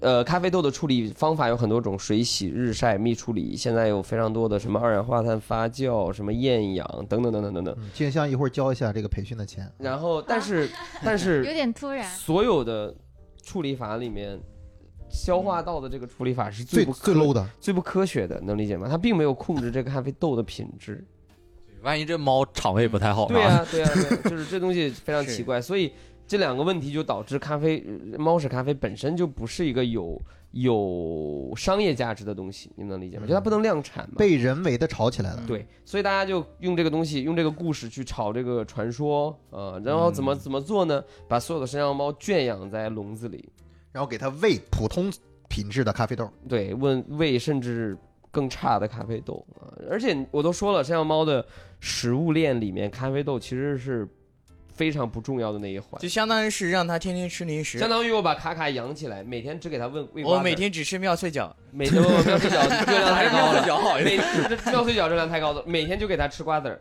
Speaker 1: 呃，咖啡豆的处理方法有很多种，水洗、日晒、蜜处理，现在有非常多的什么二氧化碳发酵、什么厌氧等等等等等等。
Speaker 2: 嗯，静香一会儿交一下这个培训的钱。
Speaker 1: 然后，但
Speaker 4: <laughs>
Speaker 1: 是，但是
Speaker 4: 有点突
Speaker 1: <laughs>
Speaker 4: 然。
Speaker 1: 所有的处理法里面，消化道的这个处理法是
Speaker 2: 最
Speaker 1: 不
Speaker 2: 最
Speaker 1: 科
Speaker 2: low 的，
Speaker 1: 最不科学的，能理解吗？它并没有控制这个咖啡豆的品 <laughs> 质。
Speaker 3: 万一这猫肠胃不太好呢？
Speaker 1: 啊对啊，对啊，对啊，就是这东西非常
Speaker 5: 是
Speaker 1: 奇怪，所以这两个问题就导致咖啡呃猫屎咖啡本身就不是一个有有商业价值的东西，你们能理解吗？就它不能量产嘛。
Speaker 2: 被人为的炒起来了。
Speaker 1: 对，所以大家就用这个东西，用这个故事去炒这个传说，呃，然后怎么怎么做呢？把所有的山羊猫圈养在笼子里，
Speaker 2: 然后给它喂普通品质的咖啡豆，
Speaker 1: 对，问喂甚至更差的咖啡豆啊、而且我都说了，山羊猫的食物链里面，咖啡豆其实是非常不重要的那一环
Speaker 5: 就，相当于是让它天天吃零食
Speaker 1: 相。当于我把卡卡养起来，每天只给它喂喂瓜子
Speaker 5: 我
Speaker 1: 儿
Speaker 5: 哦每天只吃妙脆角，
Speaker 1: 每天我喵碎角热量太高
Speaker 5: 妙脆 <laughs>
Speaker 1: 了，
Speaker 5: 角好一点
Speaker 1: 每这妙碎角热量太高了，每天就给它吃瓜子儿，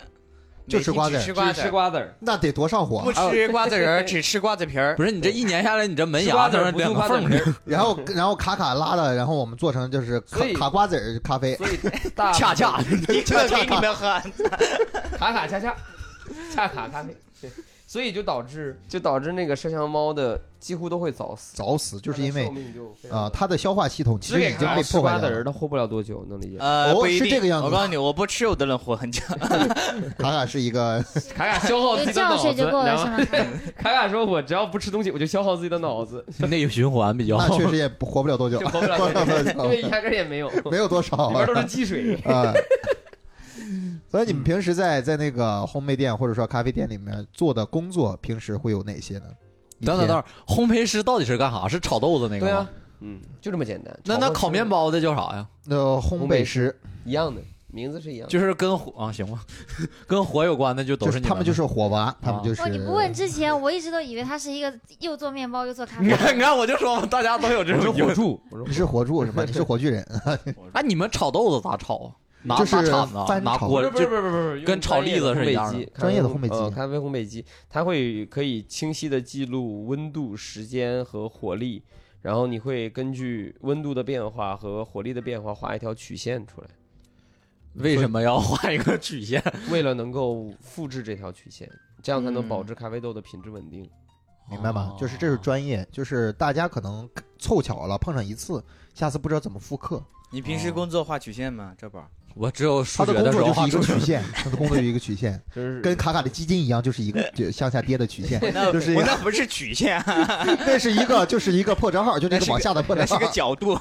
Speaker 2: 就吃瓜子
Speaker 5: 每
Speaker 2: 儿
Speaker 5: 天只吃瓜
Speaker 1: 只
Speaker 5: 子
Speaker 1: 吃
Speaker 5: 儿，
Speaker 1: 瓜子儿。
Speaker 2: 那得多上火
Speaker 5: 不
Speaker 2: 啊！
Speaker 5: 吃瓜子仁儿，只吃瓜子皮儿
Speaker 3: 不。是你这一年下来，你这门
Speaker 1: 吃
Speaker 3: 牙
Speaker 1: 瓜子
Speaker 3: 都
Speaker 1: 儿
Speaker 3: 是
Speaker 1: 不吐
Speaker 3: 两个
Speaker 1: 瓜子
Speaker 3: 缝
Speaker 1: 儿
Speaker 3: 儿呢
Speaker 1: 皮，儿，
Speaker 2: 然后然后卡卡拉了，然后我们做成就是卡
Speaker 1: 所以
Speaker 2: 卡瓜子儿咖啡，
Speaker 1: 所以大
Speaker 3: 恰恰
Speaker 5: <laughs> 这给你们喝，
Speaker 1: 卡卡恰恰恰卡咖啡，对所以就导致就导致那个麝香猫的几乎都会早死，
Speaker 2: 早死就是因为
Speaker 1: 它的寿命就非常
Speaker 2: 啊，
Speaker 1: 短
Speaker 2: 它的消化系统
Speaker 1: 只
Speaker 2: 其实
Speaker 1: 给
Speaker 2: 已经
Speaker 1: 卡
Speaker 2: 被
Speaker 1: 卡吃
Speaker 2: 破坏
Speaker 1: 瓜
Speaker 2: 掉
Speaker 1: 子仁，
Speaker 2: 了。
Speaker 1: 它活不了多久，能理解？
Speaker 5: 呃，
Speaker 2: 哦
Speaker 5: 不一
Speaker 2: 是
Speaker 5: 定
Speaker 2: 这个样子
Speaker 5: 我告诉你，我不吃，我都能活很久。
Speaker 2: 卡卡是一个
Speaker 1: 卡卡消耗自
Speaker 4: 有
Speaker 1: 己的哦
Speaker 4: 觉
Speaker 1: 脑
Speaker 4: 睡
Speaker 1: 子，
Speaker 4: 就够了
Speaker 1: 然
Speaker 4: 是
Speaker 1: 后
Speaker 4: 吗？
Speaker 1: 卡卡说：“我只要不吃东西，我就消耗自己的脑 <laughs> 子，
Speaker 3: <laughs> 内循环比较
Speaker 2: 那
Speaker 3: 好。
Speaker 2: 确实也不活不了多久
Speaker 1: 就，活不了
Speaker 2: <laughs>
Speaker 1: 多久，因为
Speaker 2: 久，
Speaker 1: 压根儿也没有，里
Speaker 2: 没有多少
Speaker 1: 边都是积水。
Speaker 2: 啊。所以你们平时在在那个烘焙店或者说咖啡店里面做的工作，平时会有哪些呢？一
Speaker 3: 等等
Speaker 2: 天
Speaker 3: 等，会儿，烘焙师到底是干啥？是炒豆子”
Speaker 1: <laughs>
Speaker 3: 那
Speaker 1: 对
Speaker 3: 个
Speaker 1: 啊
Speaker 3: 吗？，
Speaker 1: 嗯，就这么简单。
Speaker 3: 那那烤面包的叫啥呀？
Speaker 2: 呃，烘
Speaker 1: 烘
Speaker 2: 焙
Speaker 1: 焙
Speaker 2: 师
Speaker 1: 一样的，名字是一样的。
Speaker 3: 就是跟火啊，行吧， <laughs> 跟火有关的就都
Speaker 2: 就是
Speaker 3: 是你
Speaker 2: 他们就是是火娃，他们
Speaker 3: 啊
Speaker 2: 就是
Speaker 4: 哦，你不问之前，我一直都以为他是一个又做面包又做咖
Speaker 3: 你 <laughs>
Speaker 4: 啡。
Speaker 3: 看，你看，我就说嘛，大家都有这种疑问
Speaker 1: 柱，我
Speaker 2: 你是火柱是吧？你是火炬人，
Speaker 3: 哎，你们炒豆子咋炒啊？拿
Speaker 2: 就
Speaker 3: 拿
Speaker 2: 是
Speaker 3: 铲子，
Speaker 2: 翻
Speaker 3: 拿
Speaker 2: 炒
Speaker 3: 锅
Speaker 1: 不是不是不是不是，
Speaker 3: 跟炒栗子是一样的
Speaker 1: 的，
Speaker 2: 专业的烘焙机
Speaker 1: 呃咖啡烘焙机，它会可以清晰的记录温度、时间和火力，然后你会根据温度的变化和火力的变化画一条曲线出来，
Speaker 3: 为什么要画一个曲线？
Speaker 1: 为了能够复制这条曲线，这样才能
Speaker 2: 嗯
Speaker 1: 保持咖啡豆的品质稳定。
Speaker 2: 明白吗？就是
Speaker 3: 哦
Speaker 2: 这是专业，就是大家可能凑巧了碰上一次，下次不知道怎么复刻。
Speaker 5: 你平时工作画曲线吗？这宝，
Speaker 3: 哦我只有数
Speaker 2: 他
Speaker 3: 学
Speaker 2: 的工
Speaker 3: 时
Speaker 2: 作
Speaker 3: 候
Speaker 2: 就是一个
Speaker 3: 画出
Speaker 2: 曲线，他的工作就是一个曲线，
Speaker 1: 就是
Speaker 2: 跟卡卡的基金一样，就是一个就向下跌的曲线，
Speaker 5: 那
Speaker 2: 就是一
Speaker 5: 我
Speaker 2: 个
Speaker 5: 那不是曲线，啊
Speaker 2: 那是一个就是一个破折号，就那个往下的破折
Speaker 5: 那是
Speaker 2: 号
Speaker 5: 个，角度，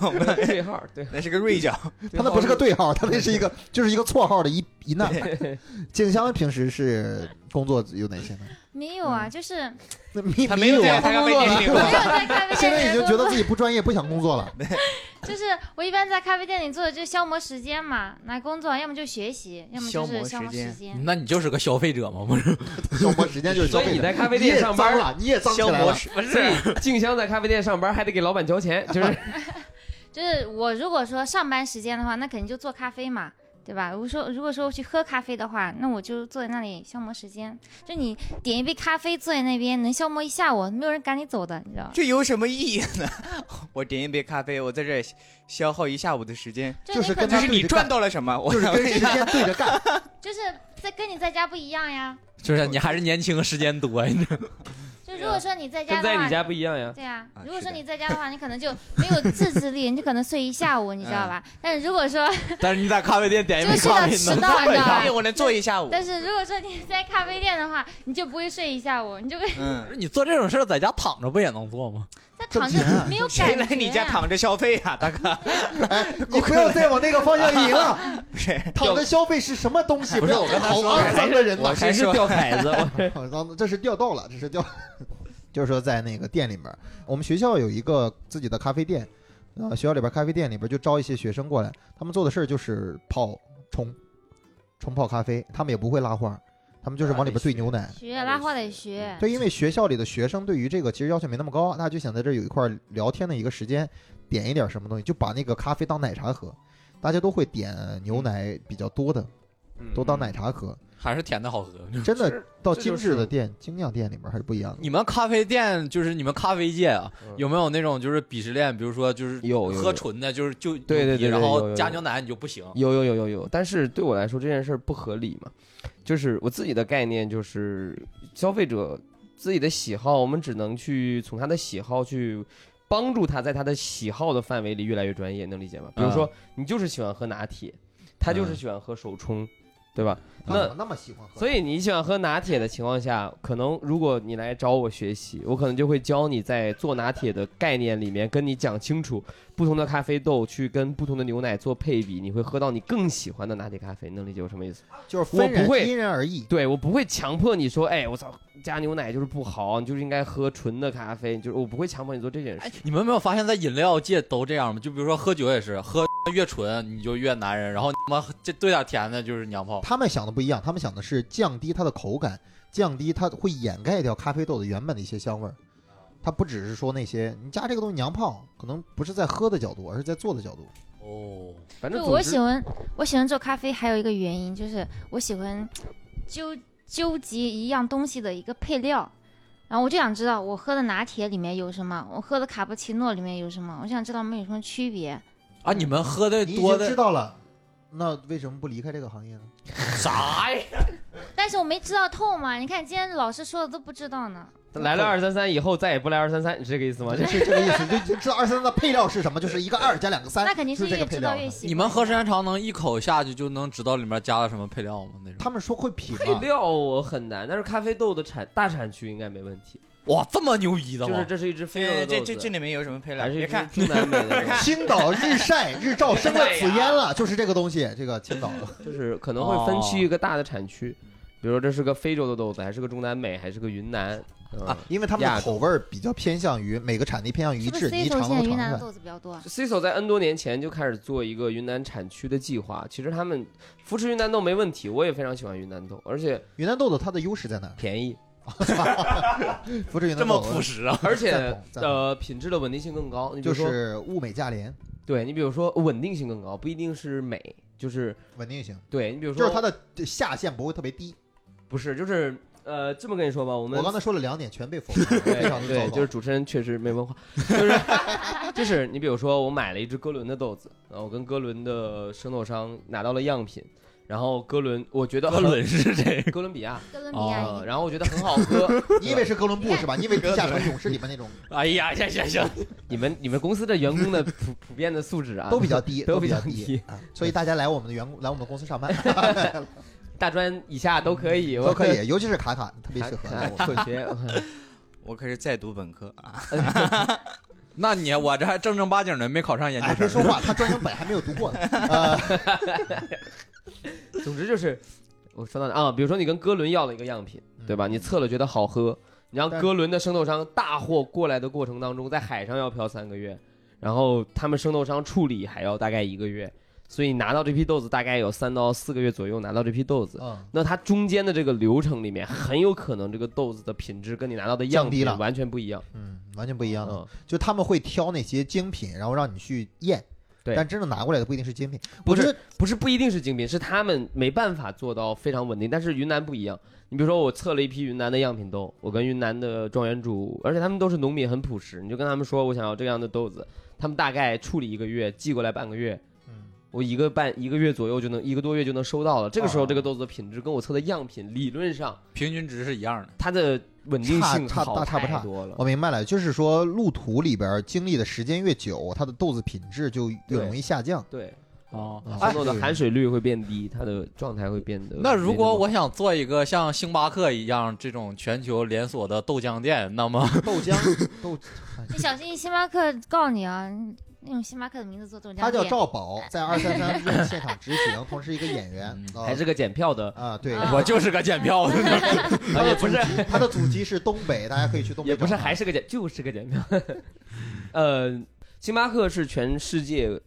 Speaker 1: 对号，对，
Speaker 5: 那是个锐角。
Speaker 2: <laughs> 他那不是个对号，他那是一个就是一个错号的一一捺。静香平时是工作有哪些呢？
Speaker 4: 没有啊，就是
Speaker 2: 那没
Speaker 5: 他
Speaker 2: 没
Speaker 5: 没有
Speaker 2: 有
Speaker 5: 在
Speaker 2: 啊，
Speaker 5: 咖啡
Speaker 2: 工
Speaker 5: 店
Speaker 2: 作
Speaker 5: 里
Speaker 2: 了
Speaker 5: 过
Speaker 4: 没有在咖啡
Speaker 2: 现
Speaker 4: 店
Speaker 2: 在已
Speaker 4: 里
Speaker 2: 经觉
Speaker 4: 面做
Speaker 2: 得
Speaker 4: 过，
Speaker 2: 自己不专业，不想工
Speaker 5: <laughs>
Speaker 2: 作了。
Speaker 4: 就是我一般在咖啡店里做的，就是消磨时间嘛，拿工作，要么就学习，要么就
Speaker 5: 消磨
Speaker 4: 是消磨
Speaker 5: 时间
Speaker 4: 时间。
Speaker 3: 那你就是个消费者嘛，不是？
Speaker 2: 消磨时间就是
Speaker 1: 所
Speaker 2: 消费
Speaker 1: 以
Speaker 2: 者。
Speaker 1: 你在咖啡店上
Speaker 2: 你
Speaker 1: 班
Speaker 2: 也脏了，你也脏起
Speaker 5: 消
Speaker 2: 来
Speaker 5: 磨
Speaker 2: 了。
Speaker 5: 时不 <laughs>
Speaker 1: 所
Speaker 5: 是
Speaker 1: 以静香在咖啡店上班还得给老板交钱，就是
Speaker 4: 就是我如果说上班时间的话，那肯定就做咖啡嘛，对吧？如果说如果说去喝咖啡的话，那我就坐在那里消磨时间。就你点一杯咖啡，坐在那边能消磨一下午，没有人赶你走的，你知道吧？
Speaker 5: 这有什么意义呢？ <laughs> 我点一杯咖啡，我在这儿消耗一下午的时间，
Speaker 2: 就
Speaker 4: 你
Speaker 2: 是
Speaker 4: 可
Speaker 2: 跟
Speaker 4: 能
Speaker 5: 就
Speaker 2: 他
Speaker 5: 是
Speaker 2: 对
Speaker 5: 你
Speaker 2: 着
Speaker 5: 赚
Speaker 2: 干
Speaker 5: 到了什么？我
Speaker 2: 就是
Speaker 5: <laughs>
Speaker 2: 跟时间对着干，
Speaker 4: 就是在跟你在家不一样呀。
Speaker 3: 就是你还是年轻，时间多呀。你 <laughs> 这
Speaker 4: 就如果说你在家
Speaker 1: 跟
Speaker 4: 的
Speaker 1: 在
Speaker 4: 话，
Speaker 1: 你家不一样呀。
Speaker 4: 对啊
Speaker 5: 啊，
Speaker 4: 如果
Speaker 5: 是
Speaker 4: 说
Speaker 5: 的
Speaker 4: 你在家的话，
Speaker 2: 啊
Speaker 4: 你可能就没有自制力，你可能睡一下午，你知道吧？
Speaker 2: 嗯
Speaker 4: 但是如果说，
Speaker 3: 但是你在咖啡店点一杯
Speaker 4: 就是
Speaker 3: 咖啡
Speaker 4: 迟
Speaker 3: 能
Speaker 4: 到
Speaker 3: 坐一
Speaker 4: 的
Speaker 3: 下
Speaker 5: 咖啡我能坐一下午。
Speaker 4: 但是如果说你在咖啡店的话，你就不会睡一下午，你就会
Speaker 5: 嗯，
Speaker 3: 你做这种事儿在家躺着不也能做吗？
Speaker 4: 在躺着没有
Speaker 5: 谁
Speaker 4: 感觉、
Speaker 5: 来
Speaker 4: 啊。
Speaker 5: 你家躺着消费啊，大哥？
Speaker 2: 哎你不要再往那个方向引
Speaker 5: <laughs>
Speaker 2: 了。
Speaker 5: 不是，
Speaker 2: 躺着消费是什么东西？
Speaker 5: 不是我跟他
Speaker 2: 好
Speaker 5: 说
Speaker 2: 肮脏的人呐
Speaker 5: <laughs> 我！是说
Speaker 1: 掉凯子，我
Speaker 2: <laughs> 好脏的，这是钓到了，这是钓。 <laughs> 就是说，在那个店里面，我们学校有一个自己的咖啡店，呃，学校里边咖啡店里边就招一些学生过来，他们做的事儿就是泡冲，冲泡咖啡，他们也不会拉花，他们就是往里边兑牛奶。
Speaker 4: 学拉花得学，
Speaker 2: 对，因为学校里的学生对于这个其实要求没那么高，大家就想在这儿有一块儿聊天的一个时间，点一点什么东西，就把那个咖啡当奶茶喝，大家都会点牛奶比较多的，都当奶茶喝。
Speaker 3: 还是甜的好喝？
Speaker 2: 真的到
Speaker 1: 这就
Speaker 2: 精致的
Speaker 1: 是
Speaker 2: 店、精酿店里面还是不一样的。啊
Speaker 3: <laughs> 你们咖啡店就是你们咖啡界啊
Speaker 1: 嗯，
Speaker 3: 有没有那种就是鄙视链？比如说就是
Speaker 1: 有有有
Speaker 3: 喝纯的，就是就
Speaker 1: 对对对对
Speaker 3: 然
Speaker 1: 有
Speaker 3: 后
Speaker 1: 有
Speaker 3: 加
Speaker 1: 有
Speaker 3: 牛奶你就不行。
Speaker 1: 有有有有有，但是对我来说这件事儿不合理嘛，就是我自己的概念就是消费者自己的喜好，我们只能去从他的喜好去。帮助他在他的喜好的范围
Speaker 2: 嗯
Speaker 1: 里越来越专业，能理解吗？比如说，你就是喜欢喝拿铁，他就是喜欢喝手冲，对吧？
Speaker 2: 他
Speaker 1: 那
Speaker 2: 怎么那么喜欢喝？
Speaker 1: 所以你喜欢喝拿铁的情况下，可能如果你来找我学习，我可能就会教你在做拿铁的概念里面跟你讲清楚，不同的咖啡豆去跟不同的牛奶做配比，你会喝到你更喜欢的拿铁咖啡，能理解我什么意思？
Speaker 2: 啊就是分
Speaker 1: 我
Speaker 2: 人
Speaker 1: 不会
Speaker 2: 因人而异。
Speaker 1: 对我不会强迫你说，哎，我操，加牛奶就是不好，你就是应该喝纯的咖啡，就是我不会强迫你做这件事
Speaker 3: 哎。，你们没有发现，在饮料界都这样吗？就比如说喝酒也是，喝越纯你就越男人，然后你他妈这兑点甜的就是娘炮。
Speaker 2: 他们想的不一样，他们想的是降低它的口感，降低它会掩盖掉咖啡豆的原本的一些香味儿。它不只是说那些你加这个东西娘炮，可能不是在喝的角度，而是在做的角度。
Speaker 3: 哦，
Speaker 1: 反
Speaker 4: 对，
Speaker 1: 正
Speaker 4: 我
Speaker 1: 总之
Speaker 4: 喜欢我喜欢做咖啡，还有一个原因就是我喜欢纠纠结一样东西的一个配料，然后我就想知道我喝的拿铁里面有什么，我喝的卡布奇诺里面有什么，我想知道它们有什么区别。
Speaker 3: 啊，你们喝的
Speaker 2: 你已
Speaker 3: 多
Speaker 2: 经知
Speaker 3: 的
Speaker 2: 道了，那为什么不离开这个行业呢？
Speaker 3: 啥呀？
Speaker 4: 但是我没知道透嘛，你看今天老师说的都不知道呢。
Speaker 1: 来了二三三以后再也不来二三三，你是这个意思吗？ <laughs>
Speaker 2: 这是这个意思，就就知道二三的配料是什么，就是一个二加两个三，
Speaker 4: 那肯定
Speaker 2: 哎是这
Speaker 4: 越
Speaker 2: 个配
Speaker 4: 知
Speaker 2: 料
Speaker 4: 道
Speaker 2: 的
Speaker 4: 越喜欢。
Speaker 3: 你们喝时间长能一口下去就能知道里面加了什么配料吗？那种。
Speaker 2: 他们说会品
Speaker 1: 配
Speaker 2: 嘛，
Speaker 1: 料我很难，但是咖啡豆的产大产区应该没问题，
Speaker 3: 哇，这么牛逼的
Speaker 1: 就是
Speaker 3: 吗？
Speaker 1: 这是一只非洲
Speaker 5: 这
Speaker 1: 的
Speaker 5: 哎这
Speaker 1: 豆
Speaker 5: 这这
Speaker 1: 子，
Speaker 5: 里面有什么配料？
Speaker 1: 还是
Speaker 5: 别
Speaker 1: 一
Speaker 5: 看
Speaker 1: 只中南美的
Speaker 5: <laughs>
Speaker 1: 豆子，
Speaker 2: 青岛日晒日照生了紫烟了，就是这个东西，这个青岛
Speaker 1: 就是可能会
Speaker 2: 哦
Speaker 1: 分区一个大的产区，比如说这是个非洲的豆子，还是个中南美，还是个云南啊
Speaker 2: 啊，因为他们
Speaker 1: 亚
Speaker 2: 的
Speaker 1: 洲
Speaker 2: 口味儿比较偏向于每个产地偏向于一
Speaker 4: 是不
Speaker 2: 致，
Speaker 4: 是
Speaker 2: 你
Speaker 4: C
Speaker 2: 一
Speaker 4: 头
Speaker 2: 尝
Speaker 4: 现
Speaker 2: 能尝
Speaker 4: 在
Speaker 2: 出
Speaker 4: 云南的
Speaker 2: 来。
Speaker 4: 豆子比较
Speaker 2: 哦
Speaker 4: 多啊？
Speaker 1: CISO 在 N 多年前就开始做一个云南产区的计划，其实他们扶持云南豆没问题，我也非常喜欢云南豆，而且
Speaker 2: 云南豆子它的优势在哪儿？
Speaker 1: 便宜，
Speaker 4: 嗯
Speaker 2: 不是云南
Speaker 3: 这么
Speaker 2: 豆子
Speaker 3: 朴实啊！
Speaker 1: 而
Speaker 2: <laughs> 赞
Speaker 1: 且
Speaker 2: 同赞同
Speaker 1: 呃品质的稳定性更高。你比
Speaker 2: 就
Speaker 1: 如说，
Speaker 2: 是物美价廉，
Speaker 1: 对你比如说稳定性更高，不一定是美，就是
Speaker 2: 稳定性，
Speaker 1: 对你比如说，
Speaker 2: 就是它的下限不会特别低。
Speaker 1: 不是就是呃这么跟你说吧，我们
Speaker 2: 我刚才说了两点，全被否定了， <laughs> 非常的糟
Speaker 1: <laughs> 对，
Speaker 2: 糕。
Speaker 1: 就是主持人确实没文化， <laughs> 就是就是你比如说，我买了一只哥伦的豆子，然后我跟哥伦的生豆商拿到了样品，然后哥伦我觉得 <laughs>
Speaker 3: 哥
Speaker 1: 很
Speaker 3: 伦哎是这个，
Speaker 1: 哥伦比亚，
Speaker 4: 哥伦比亚
Speaker 1: 嗯 <laughs>
Speaker 4: 一定
Speaker 1: 然后我觉得很好喝。 <laughs>
Speaker 2: 你以为是哥伦布是吧？你以为地下城勇士里面那种 <laughs>
Speaker 3: 哎呀，行行行，
Speaker 1: 你们你们公司的员工的普普遍的素质啊，
Speaker 2: 都比较低，
Speaker 1: 都
Speaker 2: 比
Speaker 1: 比
Speaker 2: 较
Speaker 1: 较
Speaker 2: 低
Speaker 1: 低
Speaker 2: 啊。所以大家来我们的员工，来我们的公司上班
Speaker 1: <laughs> 大专以下都可以，<laughs>
Speaker 2: 都
Speaker 1: 我
Speaker 2: <laughs>
Speaker 1: 哎
Speaker 2: 可。以，尤其是卡卡特别适
Speaker 1: <laughs>
Speaker 2: 合。
Speaker 1: 看我混学，嗯
Speaker 5: 我可是在读本科啊，
Speaker 3: 那你我这还正正八经的没考上研
Speaker 2: 哎，
Speaker 3: 究
Speaker 2: 别说
Speaker 3: 生呢，
Speaker 2: 话，他专营本还没有读过呢。
Speaker 1: 总之就是我说到哪啊？比如说你跟哥伦要了一个样品， <laughs> 对吧？你测了觉得好喝，你让
Speaker 2: 嗯但
Speaker 1: 哥伦的生豆商大货过来的过程当中，在海上要漂三个月，然后他们生豆商处理还要大概一个月，所以拿到这批豆子大概有三到四个月左右拿到这批豆子。
Speaker 2: 嗯，
Speaker 1: 那它中间的这个流程里面，很有可能这个豆子的品质跟你拿到的样
Speaker 2: 降低
Speaker 1: 品
Speaker 2: 了
Speaker 1: 完全不一样。
Speaker 2: 嗯，完全不一样的。
Speaker 1: 嗯，
Speaker 2: 就他们会挑那些精品，然后让你去验。
Speaker 1: 对
Speaker 2: 但真正拿过来的不一定是精品。
Speaker 1: 不
Speaker 2: 我觉
Speaker 1: 是
Speaker 2: 得
Speaker 1: 不是不一定是精品，是他们没办法做到非常稳定。但是云南不一样，你比如说我测了一批云南的样品豆，我跟云南的庄园主，而且他们都是农民，很朴实。你就跟他们说我想要这样的豆子，他们大概处理一个月，寄过来半个月，
Speaker 2: 嗯，
Speaker 1: 我一个半一个月左右就能一个多月就能收到了。这个时候
Speaker 3: 哦
Speaker 1: 这个豆子的品质跟我测的样品理论上
Speaker 3: 平均值是一样的。
Speaker 1: 它的稳定性
Speaker 2: 差差
Speaker 1: 好
Speaker 2: 差不差
Speaker 1: 太多了
Speaker 2: 我。明白了，就是说路途里边经历的时间越久，它的豆子品质就越
Speaker 1: 对
Speaker 2: 容易下降。
Speaker 1: 对，
Speaker 3: 哦
Speaker 2: 嗯
Speaker 1: 生豆的含水率会变低，它的状态会变得。
Speaker 3: 那如果我想做一个像星巴克一样这种全球连锁的豆浆店，那 <laughs> 么
Speaker 2: 豆浆， <laughs> 豆，
Speaker 4: 你小心星巴克告你啊！你你用星巴克的名字做豆浆
Speaker 2: 他叫
Speaker 4: 店
Speaker 2: 赵宝，在二三三现场执行，同时一个演员啊
Speaker 3: 嗯，
Speaker 1: 还是个检票
Speaker 3: <laughs>
Speaker 1: 的，
Speaker 2: 啊，对， <laughs>
Speaker 4: 啊
Speaker 3: 我就是个检票 <laughs> 的。
Speaker 2: 他
Speaker 1: 也
Speaker 2: 的
Speaker 1: 不
Speaker 2: 祖
Speaker 1: 是
Speaker 2: 籍，他的祖籍是东北，大家可以去东北
Speaker 1: 也
Speaker 2: 找他。
Speaker 1: 不是还是个检，就是个检票。 <laughs> 呃，星巴克是全世界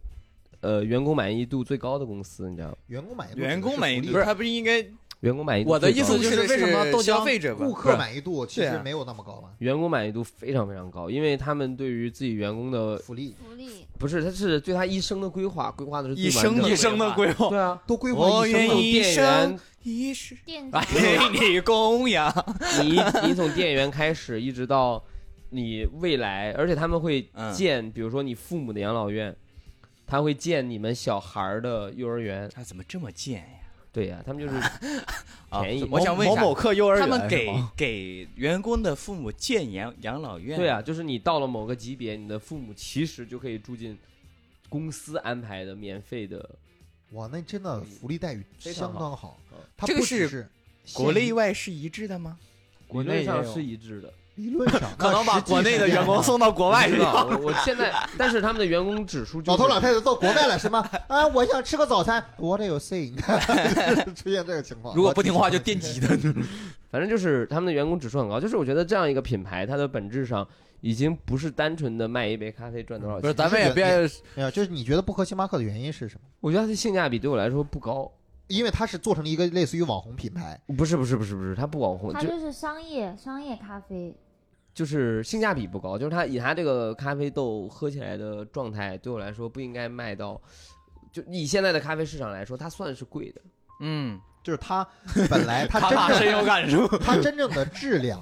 Speaker 1: 呃员工满意度最高的公司，你知道吗？
Speaker 2: 员工满意度，
Speaker 5: 员工满意度
Speaker 2: 不是
Speaker 5: 他不是应该
Speaker 1: 员工满意度
Speaker 3: 我的
Speaker 1: 最高
Speaker 3: 意思就是为什么豆浆
Speaker 5: 消费者吧
Speaker 2: 顾客满意度其
Speaker 5: 对
Speaker 2: 实
Speaker 5: 啊
Speaker 2: 没有那么高吧？
Speaker 1: 员工满意度非常非常高，因为他们对于自己员工的
Speaker 2: 福利
Speaker 4: 福利。
Speaker 1: 不是，他是对他一生的规划，规划的是最
Speaker 5: 一生
Speaker 1: 完
Speaker 5: 的
Speaker 1: 整
Speaker 5: 一生的规划
Speaker 1: <laughs> 对啊，
Speaker 2: 都规划
Speaker 5: 我
Speaker 2: 一生
Speaker 5: 愿
Speaker 1: 从
Speaker 2: 的
Speaker 5: 意
Speaker 1: 店员，
Speaker 5: 一 <laughs> 世
Speaker 4: 店长
Speaker 5: 为你供养。
Speaker 1: 你你 <laughs> 从店员开始，一直到你未来，而且他们会
Speaker 5: 嗯
Speaker 1: 建，比如说你父母的养老院，他会建你们小孩儿的幼儿园，
Speaker 5: 他怎么这么贱呀？
Speaker 1: 对呀、他们就是
Speaker 5: 啊
Speaker 1: 便宜
Speaker 5: 我想问一
Speaker 3: 某
Speaker 5: 下
Speaker 3: 某课幼儿园
Speaker 5: 他们给
Speaker 3: 是吗
Speaker 5: 给员工的父母建养养老院，
Speaker 1: 对啊，，就是你到了某个级别，你的父母其实就可以住进公司安排的免费的
Speaker 2: 哇，那真的福利待遇
Speaker 1: 非常
Speaker 2: 相当好
Speaker 1: 嗯。
Speaker 2: 它
Speaker 5: 这个
Speaker 2: 不只
Speaker 5: 是
Speaker 2: 是
Speaker 5: 国
Speaker 2: 限
Speaker 5: 内
Speaker 2: 于
Speaker 5: 外是一致的吗？
Speaker 1: 国
Speaker 5: 内
Speaker 1: 内
Speaker 5: 也
Speaker 1: 上
Speaker 5: 有
Speaker 1: 是一致的，
Speaker 2: 理论上，
Speaker 3: 可能把国内的员 <laughs> 工
Speaker 2: 送。
Speaker 3: 送到国外
Speaker 1: 我
Speaker 3: 去
Speaker 1: 知道。
Speaker 3: 了。
Speaker 1: 我我现在，但是他们的员工指数就
Speaker 2: 老头
Speaker 1: 是
Speaker 2: 老太太到国外了，什么啊？我想吃个早餐，What are you saying？出现这个情况，
Speaker 3: 如果不听话就电击的。 <laughs>
Speaker 1: 反正就是他们的员工指数很高，就是我觉得这样一个品牌，它的本质上已经不是单纯的卖一杯咖啡赚多少钱，
Speaker 3: 不是，咱们也别
Speaker 2: 没有，就是你觉得不喝星巴克的原因是什么？
Speaker 1: 我觉得它的性价比对我来说不高。
Speaker 2: 因为它是做成了一个类似于网红品牌，
Speaker 1: 不是不是不是不是，它不网红，
Speaker 4: 它
Speaker 1: 就
Speaker 4: 就是商业商业咖啡，
Speaker 1: 就是性价比不高，就是它以它这个咖啡豆喝起来的状态，对我来说不应该卖到，就以现在的咖啡市场来说，它算是贵的。
Speaker 5: 嗯，
Speaker 2: 就是它本来它
Speaker 3: 卡卡
Speaker 2: 真
Speaker 3: 深
Speaker 2: 正
Speaker 3: 有
Speaker 2: <laughs>
Speaker 3: 感受。
Speaker 2: 它真正的质量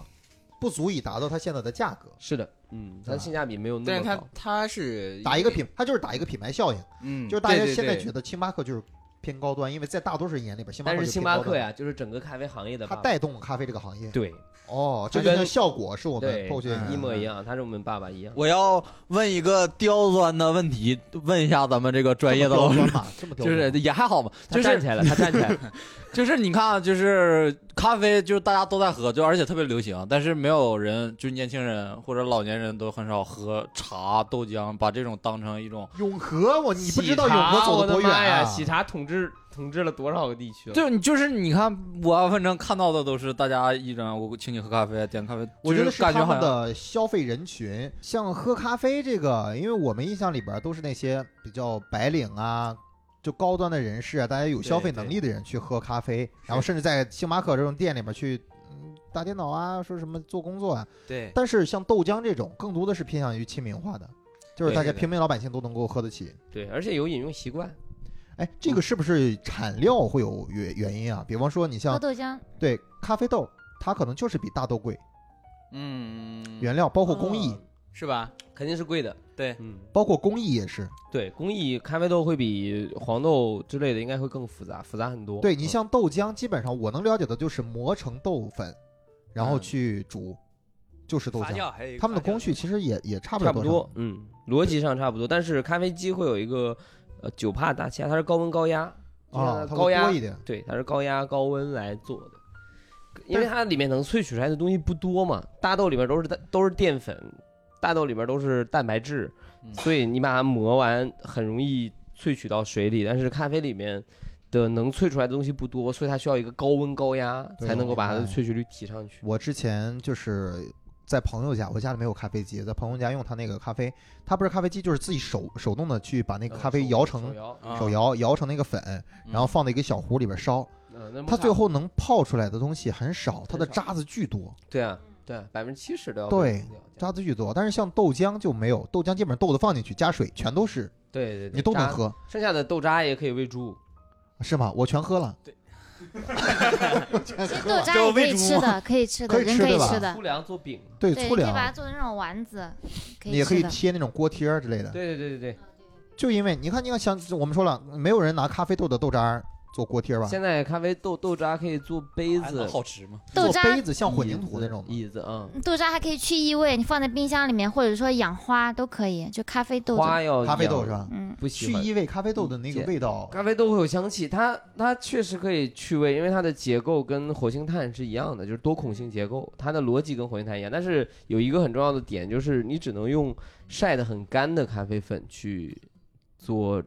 Speaker 2: 不足以达到它现在的价格。
Speaker 1: 是的，嗯，它
Speaker 2: 对吧
Speaker 1: 的性价比没有
Speaker 5: 但
Speaker 1: 那
Speaker 5: 是
Speaker 1: 么
Speaker 5: 它
Speaker 1: 高。
Speaker 5: 它是
Speaker 2: 嗯打一个，品，它就是打一个品牌效应，
Speaker 5: 嗯，
Speaker 2: 就是大家现在
Speaker 5: 对
Speaker 2: 觉得星巴克就是偏高端，因为在大多数人眼里边，星巴克
Speaker 1: 但
Speaker 2: 就是偏
Speaker 1: 星
Speaker 2: 高
Speaker 1: 巴
Speaker 2: 端
Speaker 1: 克，呀，就是整个咖啡行业的
Speaker 2: 它
Speaker 1: 爸爸
Speaker 2: 带动了咖啡这个行业。
Speaker 1: 对
Speaker 2: 哦，这
Speaker 1: 它
Speaker 2: 就
Speaker 1: 跟
Speaker 2: 像效果是我们
Speaker 1: 对
Speaker 2: 后续
Speaker 5: 嗯
Speaker 1: 一模一样，他是我们爸爸一样。
Speaker 3: 我要问一个刁钻的问题，问一下咱们这个专业的老
Speaker 2: 老
Speaker 3: 师，
Speaker 2: 师嘛，这
Speaker 3: <laughs>
Speaker 2: 么刁
Speaker 3: 就
Speaker 2: 钻
Speaker 3: 是也还好吧，
Speaker 1: 他
Speaker 3: 就
Speaker 1: 站
Speaker 3: 是
Speaker 1: 起来了，他站起来了。
Speaker 3: <laughs> 就是你看啊，就是咖啡，就是大家都在喝，就而且特别流行，但是没有人，就年轻人或者老年人都很少喝茶、豆浆，把这种当成一种
Speaker 2: 永和，我你不知道永和走得多远
Speaker 1: 喜茶我的妈呀！
Speaker 2: 啊！
Speaker 1: 喜茶统治统治了多少个地区了？
Speaker 3: 就你就是你看，我反正看到的都是大家一整我请你喝咖啡，点咖啡，
Speaker 2: 我觉得
Speaker 3: 就是是感觉
Speaker 2: 他
Speaker 3: 好
Speaker 2: 们
Speaker 3: 像
Speaker 2: 的消费人群，像喝咖啡这个，因为我们印象里边都是那些比较白领啊，就高端的人士啊，大家有消费能力的人去喝咖啡，然后甚至在星巴克这种店里面去。嗯打电脑啊，说什么做工作啊，
Speaker 5: 对
Speaker 2: 但是像豆浆这种，更多的是偏向于亲民化的，就是大家
Speaker 5: 对对对
Speaker 2: 平民老百姓都能够喝得起。
Speaker 1: 对，而且有饮用习惯。
Speaker 2: 哎，这
Speaker 3: 嗯
Speaker 2: 个是不是产料会有原原因啊？比方说，你
Speaker 4: 喝
Speaker 2: 像
Speaker 4: 豆浆，
Speaker 2: 对咖啡豆，它可能就是比大豆贵，
Speaker 5: 嗯，
Speaker 2: 原料包括工艺，
Speaker 5: 是吧？
Speaker 1: 肯定是贵的。
Speaker 5: 对
Speaker 1: 嗯，
Speaker 2: 包括工艺也是。
Speaker 1: 对，工艺咖啡豆会比黄豆之类的应该会更复杂，复杂很多。
Speaker 2: 对你
Speaker 1: 嗯
Speaker 2: 像豆浆，基本上我能了解的就是磨成豆粉，然后
Speaker 5: 嗯
Speaker 2: 去煮，就是豆
Speaker 5: 发
Speaker 2: 浆。
Speaker 5: 酵还有一个
Speaker 2: 他们的
Speaker 5: 发酵
Speaker 2: 工序其实也也差不
Speaker 1: 差
Speaker 2: 了
Speaker 1: 不
Speaker 2: 多少
Speaker 1: 多，嗯，逻辑上差不多，但是咖啡机会有一个呃九帕大气压，它是高温高压，就
Speaker 2: 啊，
Speaker 1: 是
Speaker 2: 它
Speaker 1: 呃高
Speaker 2: 会
Speaker 1: 压
Speaker 2: 多一点。
Speaker 1: 对，它是高压高温来做的，因为它里面能萃取出来的东西不多嘛。大豆里面都是蛋都是淀粉，大豆里面都是蛋白质，
Speaker 5: 嗯
Speaker 1: 所以你把它磨完很容易萃取到水里。但是咖啡里面的能萃出来的东西不多，所以它需要一个高温高压
Speaker 2: 对
Speaker 1: 才能够把它的
Speaker 2: 明白
Speaker 1: 萃取率提上去。
Speaker 2: 我之前就是在朋友家，我家里没有咖啡机，在朋友家用他那个咖啡，他不是咖啡机，就是自己手手动的去把那个咖啡摇成
Speaker 1: 嗯呃手摇，
Speaker 5: 啊
Speaker 2: 手摇摇成那个粉，
Speaker 5: 嗯
Speaker 2: 然后放到一个小壶里边烧，
Speaker 1: 嗯，那不
Speaker 2: 它
Speaker 1: 差
Speaker 2: 最后能泡出来的东西很少，它的
Speaker 1: 很少
Speaker 2: 渣子巨多，
Speaker 1: 对啊对啊，百分之七十都要
Speaker 2: 对
Speaker 1: 被冲掉这样
Speaker 2: 渣子巨多。但是像豆浆就没有，豆浆基本上豆子放进去加水全都是，
Speaker 1: 对对对，
Speaker 2: 你都能
Speaker 1: 渣，
Speaker 2: 喝。
Speaker 1: 剩下的豆渣也可以喂猪。
Speaker 2: 是吗？我全喝了。
Speaker 5: 对，
Speaker 2: 我全
Speaker 4: 其实
Speaker 2: 喝
Speaker 4: 豆
Speaker 2: 了。
Speaker 4: 渣
Speaker 5: 这
Speaker 4: 也可
Speaker 5: 喂
Speaker 4: 以
Speaker 5: 猪
Speaker 4: 吃的，可以吃的，
Speaker 2: 可以
Speaker 4: 人
Speaker 2: 吃
Speaker 4: 可以
Speaker 2: 对吧嗯
Speaker 4: 吃的
Speaker 1: 粗，粮做饼，
Speaker 2: 对，
Speaker 4: 对，
Speaker 2: 粗
Speaker 4: 可以把它
Speaker 2: 粮，
Speaker 4: 做成那种丸子，可
Speaker 2: 你也可
Speaker 4: 以
Speaker 2: 以
Speaker 4: 吃的。
Speaker 2: 贴那种锅贴儿之类的。
Speaker 1: 对对对对对。
Speaker 2: 就因为你看，你看，像我们说了，没有人拿咖啡豆的豆渣儿做锅贴儿吧？
Speaker 1: 现在咖啡豆豆渣可以做杯
Speaker 5: 还
Speaker 1: 子
Speaker 5: 能、好吃吗？
Speaker 4: 豆
Speaker 2: 做
Speaker 4: 渣
Speaker 2: 杯子哎像混凝土那种吗。
Speaker 1: 椅子啊，
Speaker 4: 豆渣还可以去异味，你放在冰箱里面，或者说养花都可以，就咖啡豆子。
Speaker 1: 花要
Speaker 2: 咖啡
Speaker 1: 养
Speaker 2: 豆是？吧？
Speaker 4: 嗯，
Speaker 1: 不
Speaker 2: 去
Speaker 1: 喜欢。
Speaker 2: 异味咖啡豆的那
Speaker 1: 嗯
Speaker 2: 个味道，
Speaker 1: 咖啡豆会有香气，它它确实可以去味，因为它的结构跟火星炭是一样的，就是多孔性结构，它的逻辑跟火星炭一样。但是有一个很重要的点，就是你只能用晒得很干的咖啡粉去做，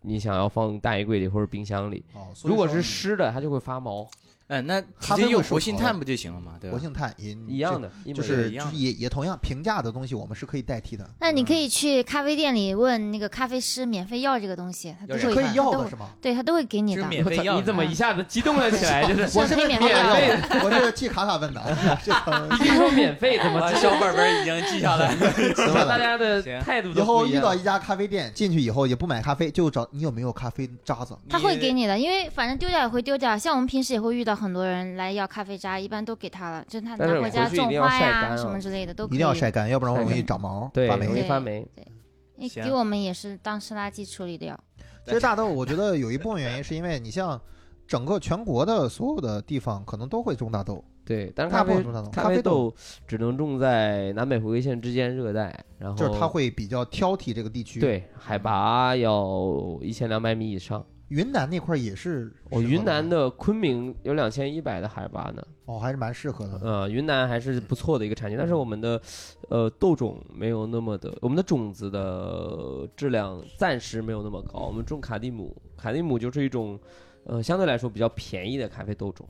Speaker 1: 你想要放大衣柜里或者冰箱里。
Speaker 2: 哦，所以
Speaker 1: 如果
Speaker 2: 说
Speaker 1: 是湿的，它就会发毛，
Speaker 5: 嗯，那
Speaker 2: 咖
Speaker 5: 直
Speaker 2: 啡
Speaker 5: 接
Speaker 2: 会
Speaker 5: 用
Speaker 2: 哦受
Speaker 5: 活性
Speaker 2: 潮
Speaker 5: 炭
Speaker 2: 的
Speaker 5: 不就行了嘛？对吧
Speaker 2: 活？性炭也
Speaker 1: 一样，的，一
Speaker 2: 嗯就
Speaker 1: 模
Speaker 2: 就
Speaker 1: 一样
Speaker 2: 是
Speaker 5: 一
Speaker 2: 就
Speaker 5: 样
Speaker 2: 是
Speaker 5: 的
Speaker 2: 也也同样平价的东西，我们是可以代替的，
Speaker 4: 那
Speaker 1: 嗯
Speaker 4: 你可以去咖啡店里问那个咖啡师免费要这个东西，他都
Speaker 5: 有
Speaker 2: 是
Speaker 4: 会
Speaker 5: 人
Speaker 2: 可
Speaker 4: 他
Speaker 2: 以
Speaker 4: 都
Speaker 2: 要的
Speaker 4: 会
Speaker 2: 是吗？
Speaker 4: 对他都会给你
Speaker 5: 就
Speaker 4: 的
Speaker 5: 是。免费
Speaker 1: 我操
Speaker 5: 药
Speaker 1: 你怎么
Speaker 5: 的
Speaker 1: 一下子激动
Speaker 2: <laughs>
Speaker 1: 了起来？就是
Speaker 2: 我
Speaker 4: 是可以免
Speaker 2: 费
Speaker 4: 费
Speaker 1: 免
Speaker 4: 要
Speaker 1: 费
Speaker 4: 的。
Speaker 1: 的，
Speaker 2: 我这是替卡卡问的
Speaker 1: <laughs>
Speaker 2: 啊，这个
Speaker 1: 一说免费
Speaker 3: <laughs>
Speaker 1: 怎么
Speaker 5: 把小本本已经记
Speaker 2: <laughs>
Speaker 5: 下来了。
Speaker 2: 行了
Speaker 1: 大家的
Speaker 5: 行
Speaker 1: 态度
Speaker 2: 以
Speaker 1: 都
Speaker 2: 后
Speaker 1: 不一
Speaker 2: 遇
Speaker 1: 样
Speaker 2: 到一家咖啡店，进去以后也不买咖啡，就找你有没有咖啡渣子。
Speaker 4: 他会给你的，因为反正丢掉也会丢掉。像我们平时也会遇到很多人来要咖啡渣，一般都给他了，就他
Speaker 1: 但是
Speaker 4: 拿回家
Speaker 1: 回去一定
Speaker 4: 种
Speaker 1: 要
Speaker 4: 花
Speaker 1: 晒
Speaker 4: 呀、
Speaker 1: 干啊
Speaker 4: 什么之类的都可
Speaker 2: 一
Speaker 4: 以。
Speaker 2: 定要晒干，要不然容易长毛、
Speaker 1: 对
Speaker 2: 发
Speaker 1: 容
Speaker 2: 霉
Speaker 1: 易。发
Speaker 4: 对
Speaker 1: 霉。
Speaker 4: 因为
Speaker 5: 行
Speaker 4: 给我们也是当湿垃圾处理掉。
Speaker 2: 其实大豆，我觉得有一部分原因是因为你像整个全国的所有的地方可能都会种大豆，
Speaker 1: 对，但是
Speaker 2: 大
Speaker 1: 咖
Speaker 2: 部分
Speaker 1: 啡
Speaker 2: 种大豆，
Speaker 1: 咖啡豆只能种在南北回归线之间热带，然后
Speaker 2: 就是它会比较挑剔这个地区。，
Speaker 1: 对海拔要一千两百米以上，
Speaker 2: 云南那块儿也是适
Speaker 1: 我、
Speaker 2: 合的吗，
Speaker 1: 哦云南的昆明有两千一百的海拔呢，
Speaker 2: 哦还是蛮适合的。
Speaker 1: 呃，云南还是不错的一个产区，但是我们的呃豆种没有那么的，我们的种子的质量暂时没有那么高。我们种卡地姆，卡地姆就是一种呃相对来说比较便宜的咖啡豆种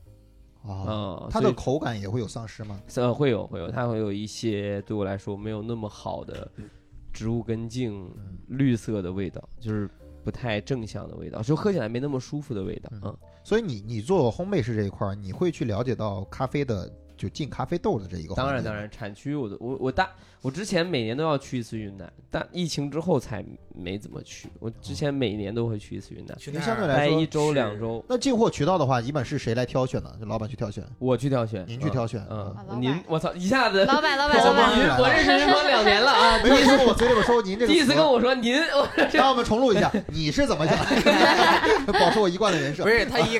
Speaker 2: 啊，
Speaker 1: 啊、
Speaker 2: 它
Speaker 1: 所
Speaker 2: 的
Speaker 1: 以
Speaker 2: 口感也会有丧失吗？
Speaker 1: 呃，会有会有，它会有一些对我来说没有那么好的植物根茎
Speaker 2: 嗯
Speaker 1: 绿色的味道，就是不太正向的味道，就喝起来没那么舒服的味道
Speaker 2: 嗯
Speaker 1: 嗯。
Speaker 2: 所以你你做烘焙师这一块儿，你会去了解到咖啡的就进咖啡豆的这一个环
Speaker 1: 当然
Speaker 2: 节
Speaker 1: 当
Speaker 2: 吗，
Speaker 1: 然，产区我都我我大我之前每年都要去一次云南，但疫情之后才没怎么去。我之前每年都会去一次云南，
Speaker 2: 因为相对来
Speaker 1: 待
Speaker 2: 说
Speaker 1: 一周
Speaker 5: 是
Speaker 1: 两周，
Speaker 2: 那进货渠道的话，一般是谁来挑选呢？就老板去挑选，
Speaker 1: 我去挑选，
Speaker 2: 您去挑选。啊
Speaker 1: 嗯，
Speaker 4: 哦老
Speaker 1: 嗯，
Speaker 4: 板
Speaker 1: 您我操一下 <laughs> 子，
Speaker 4: 老板，老板，
Speaker 2: 我
Speaker 4: 老
Speaker 2: 们
Speaker 4: 板，
Speaker 1: 您我认识您方两年了啊，
Speaker 2: 没有因为我嘴里边说您这个
Speaker 1: 第一次
Speaker 2: 词
Speaker 1: 跟我说您，我
Speaker 2: 让我们重录一下，你是怎么想？保持我一贯的人设。
Speaker 5: 不是他一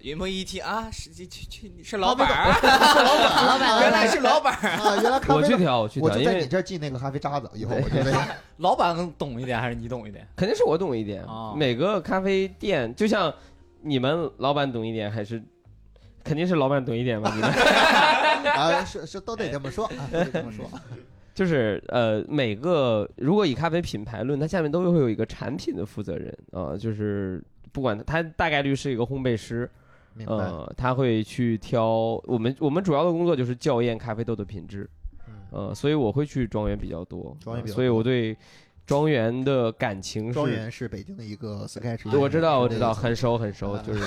Speaker 5: 云梦一听啊，是去去去你是老
Speaker 2: <laughs>
Speaker 5: 板儿啊，
Speaker 2: 老板
Speaker 5: 原来是老板儿啊，
Speaker 2: 啊，原来咖
Speaker 1: 我去
Speaker 2: 啡。
Speaker 1: 挑我去
Speaker 2: 我
Speaker 1: 挑，
Speaker 2: 就
Speaker 1: 因
Speaker 2: 在你
Speaker 1: 为
Speaker 2: 这儿进那个咖啡渣子，以后我就在
Speaker 1: <laughs>
Speaker 3: 老板更懂一点还是你懂一点？
Speaker 1: 肯定是我懂一点
Speaker 3: 哦，
Speaker 1: 每个咖啡店就像你们老板懂一点还是。肯定是老板懂一点吧，你
Speaker 2: <laughs>
Speaker 1: 们
Speaker 2: 啊，是是都得这么说，啊都得这么
Speaker 1: <laughs>
Speaker 2: 说。
Speaker 1: 就是呃，每个如果以咖啡品牌论，它下面都会有一个产品的负责人啊、呃就是不管他大概率是一个烘焙师，
Speaker 2: 明白。
Speaker 1: 呃，他会去挑我们我们主要的工作就是校验咖啡豆的品质，
Speaker 2: 嗯
Speaker 1: 呃，所以我会去庄园比较多，
Speaker 2: 庄园比较
Speaker 1: 所以我对庄园的感情
Speaker 2: 庄
Speaker 1: 是，
Speaker 2: 园是北京的一个 sketch，
Speaker 1: 对我知道我知道，
Speaker 2: 很
Speaker 1: 很熟很熟，
Speaker 2: 啊 <laughs>
Speaker 1: 就是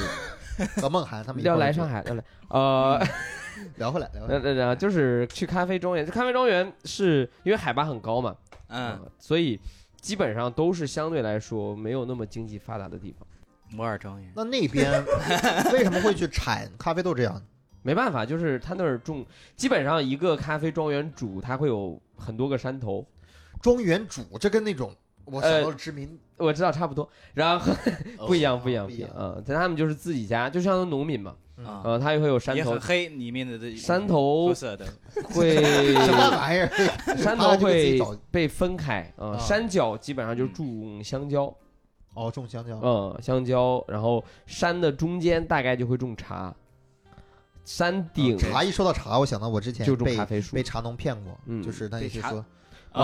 Speaker 2: 和梦涵他们一块
Speaker 1: 要
Speaker 2: 儿
Speaker 1: 来
Speaker 2: 去
Speaker 1: 上海要来，呃， <laughs>
Speaker 2: 聊回来，聊回
Speaker 1: 那那
Speaker 2: 来。
Speaker 1: 那就是去咖啡庄园，咖啡庄园是因为海拔很高嘛，
Speaker 5: <laughs> 嗯，
Speaker 1: 呃所以基本上都是相对来说没有那么经济发达的地方。
Speaker 5: 摩尔庄园
Speaker 2: 那那边为什么会去产咖啡豆这样？
Speaker 1: 没办法，就是他那儿种，基本上一个咖啡庄园主他会有很多个山头，
Speaker 2: 庄园主这跟那种我想到了殖民
Speaker 1: 我知道差不多，然后呃 <laughs> 不一样不一样
Speaker 2: 不
Speaker 1: 不
Speaker 2: 一
Speaker 1: 一
Speaker 2: 样
Speaker 1: 样，嗯，但他们就是自己家，就像农民嘛，
Speaker 5: 啊，
Speaker 1: 呃，他也会有山
Speaker 5: 也
Speaker 1: 头
Speaker 5: 很，黑，里面的这
Speaker 1: 山头
Speaker 5: 肤色的，
Speaker 1: 会
Speaker 2: 什么玩意儿？
Speaker 1: 呃 <laughs> 山
Speaker 2: 他
Speaker 1: 头
Speaker 2: 就给自己
Speaker 1: 会
Speaker 2: 找
Speaker 1: 被分开，呃
Speaker 2: 啊，
Speaker 1: 山脚基本上
Speaker 5: 嗯
Speaker 1: 就是种香蕉，
Speaker 2: 哦，种香蕉。
Speaker 1: 嗯，香蕉，然后山的中间大概就会种茶，山顶
Speaker 2: 哦茶一说到茶，我想到我之前
Speaker 1: 就种
Speaker 2: 被
Speaker 1: 咖啡树
Speaker 2: 被，茶农骗过，
Speaker 1: 嗯
Speaker 2: 就是他一直说
Speaker 5: 哦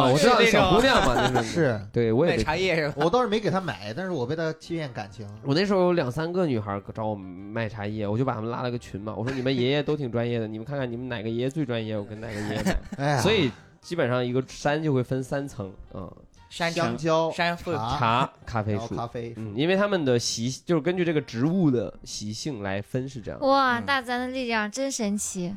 Speaker 1: 啊，我知道
Speaker 5: 是那
Speaker 1: 小姑
Speaker 5: 种
Speaker 1: 娘嘛，那种，
Speaker 2: <laughs> 是
Speaker 1: 对我也
Speaker 5: 卖
Speaker 1: 被
Speaker 5: 茶叶是吧？
Speaker 2: 我倒是没给他买，但是我被他欺骗感情。
Speaker 1: 我那时候有两三个女孩找我卖茶叶，我就把她们拉了个群嘛。我说你们爷爷都挺专业的，你们看看你们哪个爷爷最专业，我跟哪个爷爷
Speaker 2: <laughs>
Speaker 1: 买。
Speaker 2: 哎呀，
Speaker 1: 所以基本上一个山就会分三层，嗯，
Speaker 5: 山
Speaker 2: 香
Speaker 5: 城
Speaker 2: 蕉、
Speaker 5: 山fruit
Speaker 2: 茶，
Speaker 1: 茶、咖啡
Speaker 2: 然后
Speaker 1: 树，
Speaker 2: 啊哦咖啡。
Speaker 1: 嗯，因为它们的习就是根据这个植物的习性来分是这样。
Speaker 4: 哇，
Speaker 5: 嗯
Speaker 4: 大自然的力量真神奇！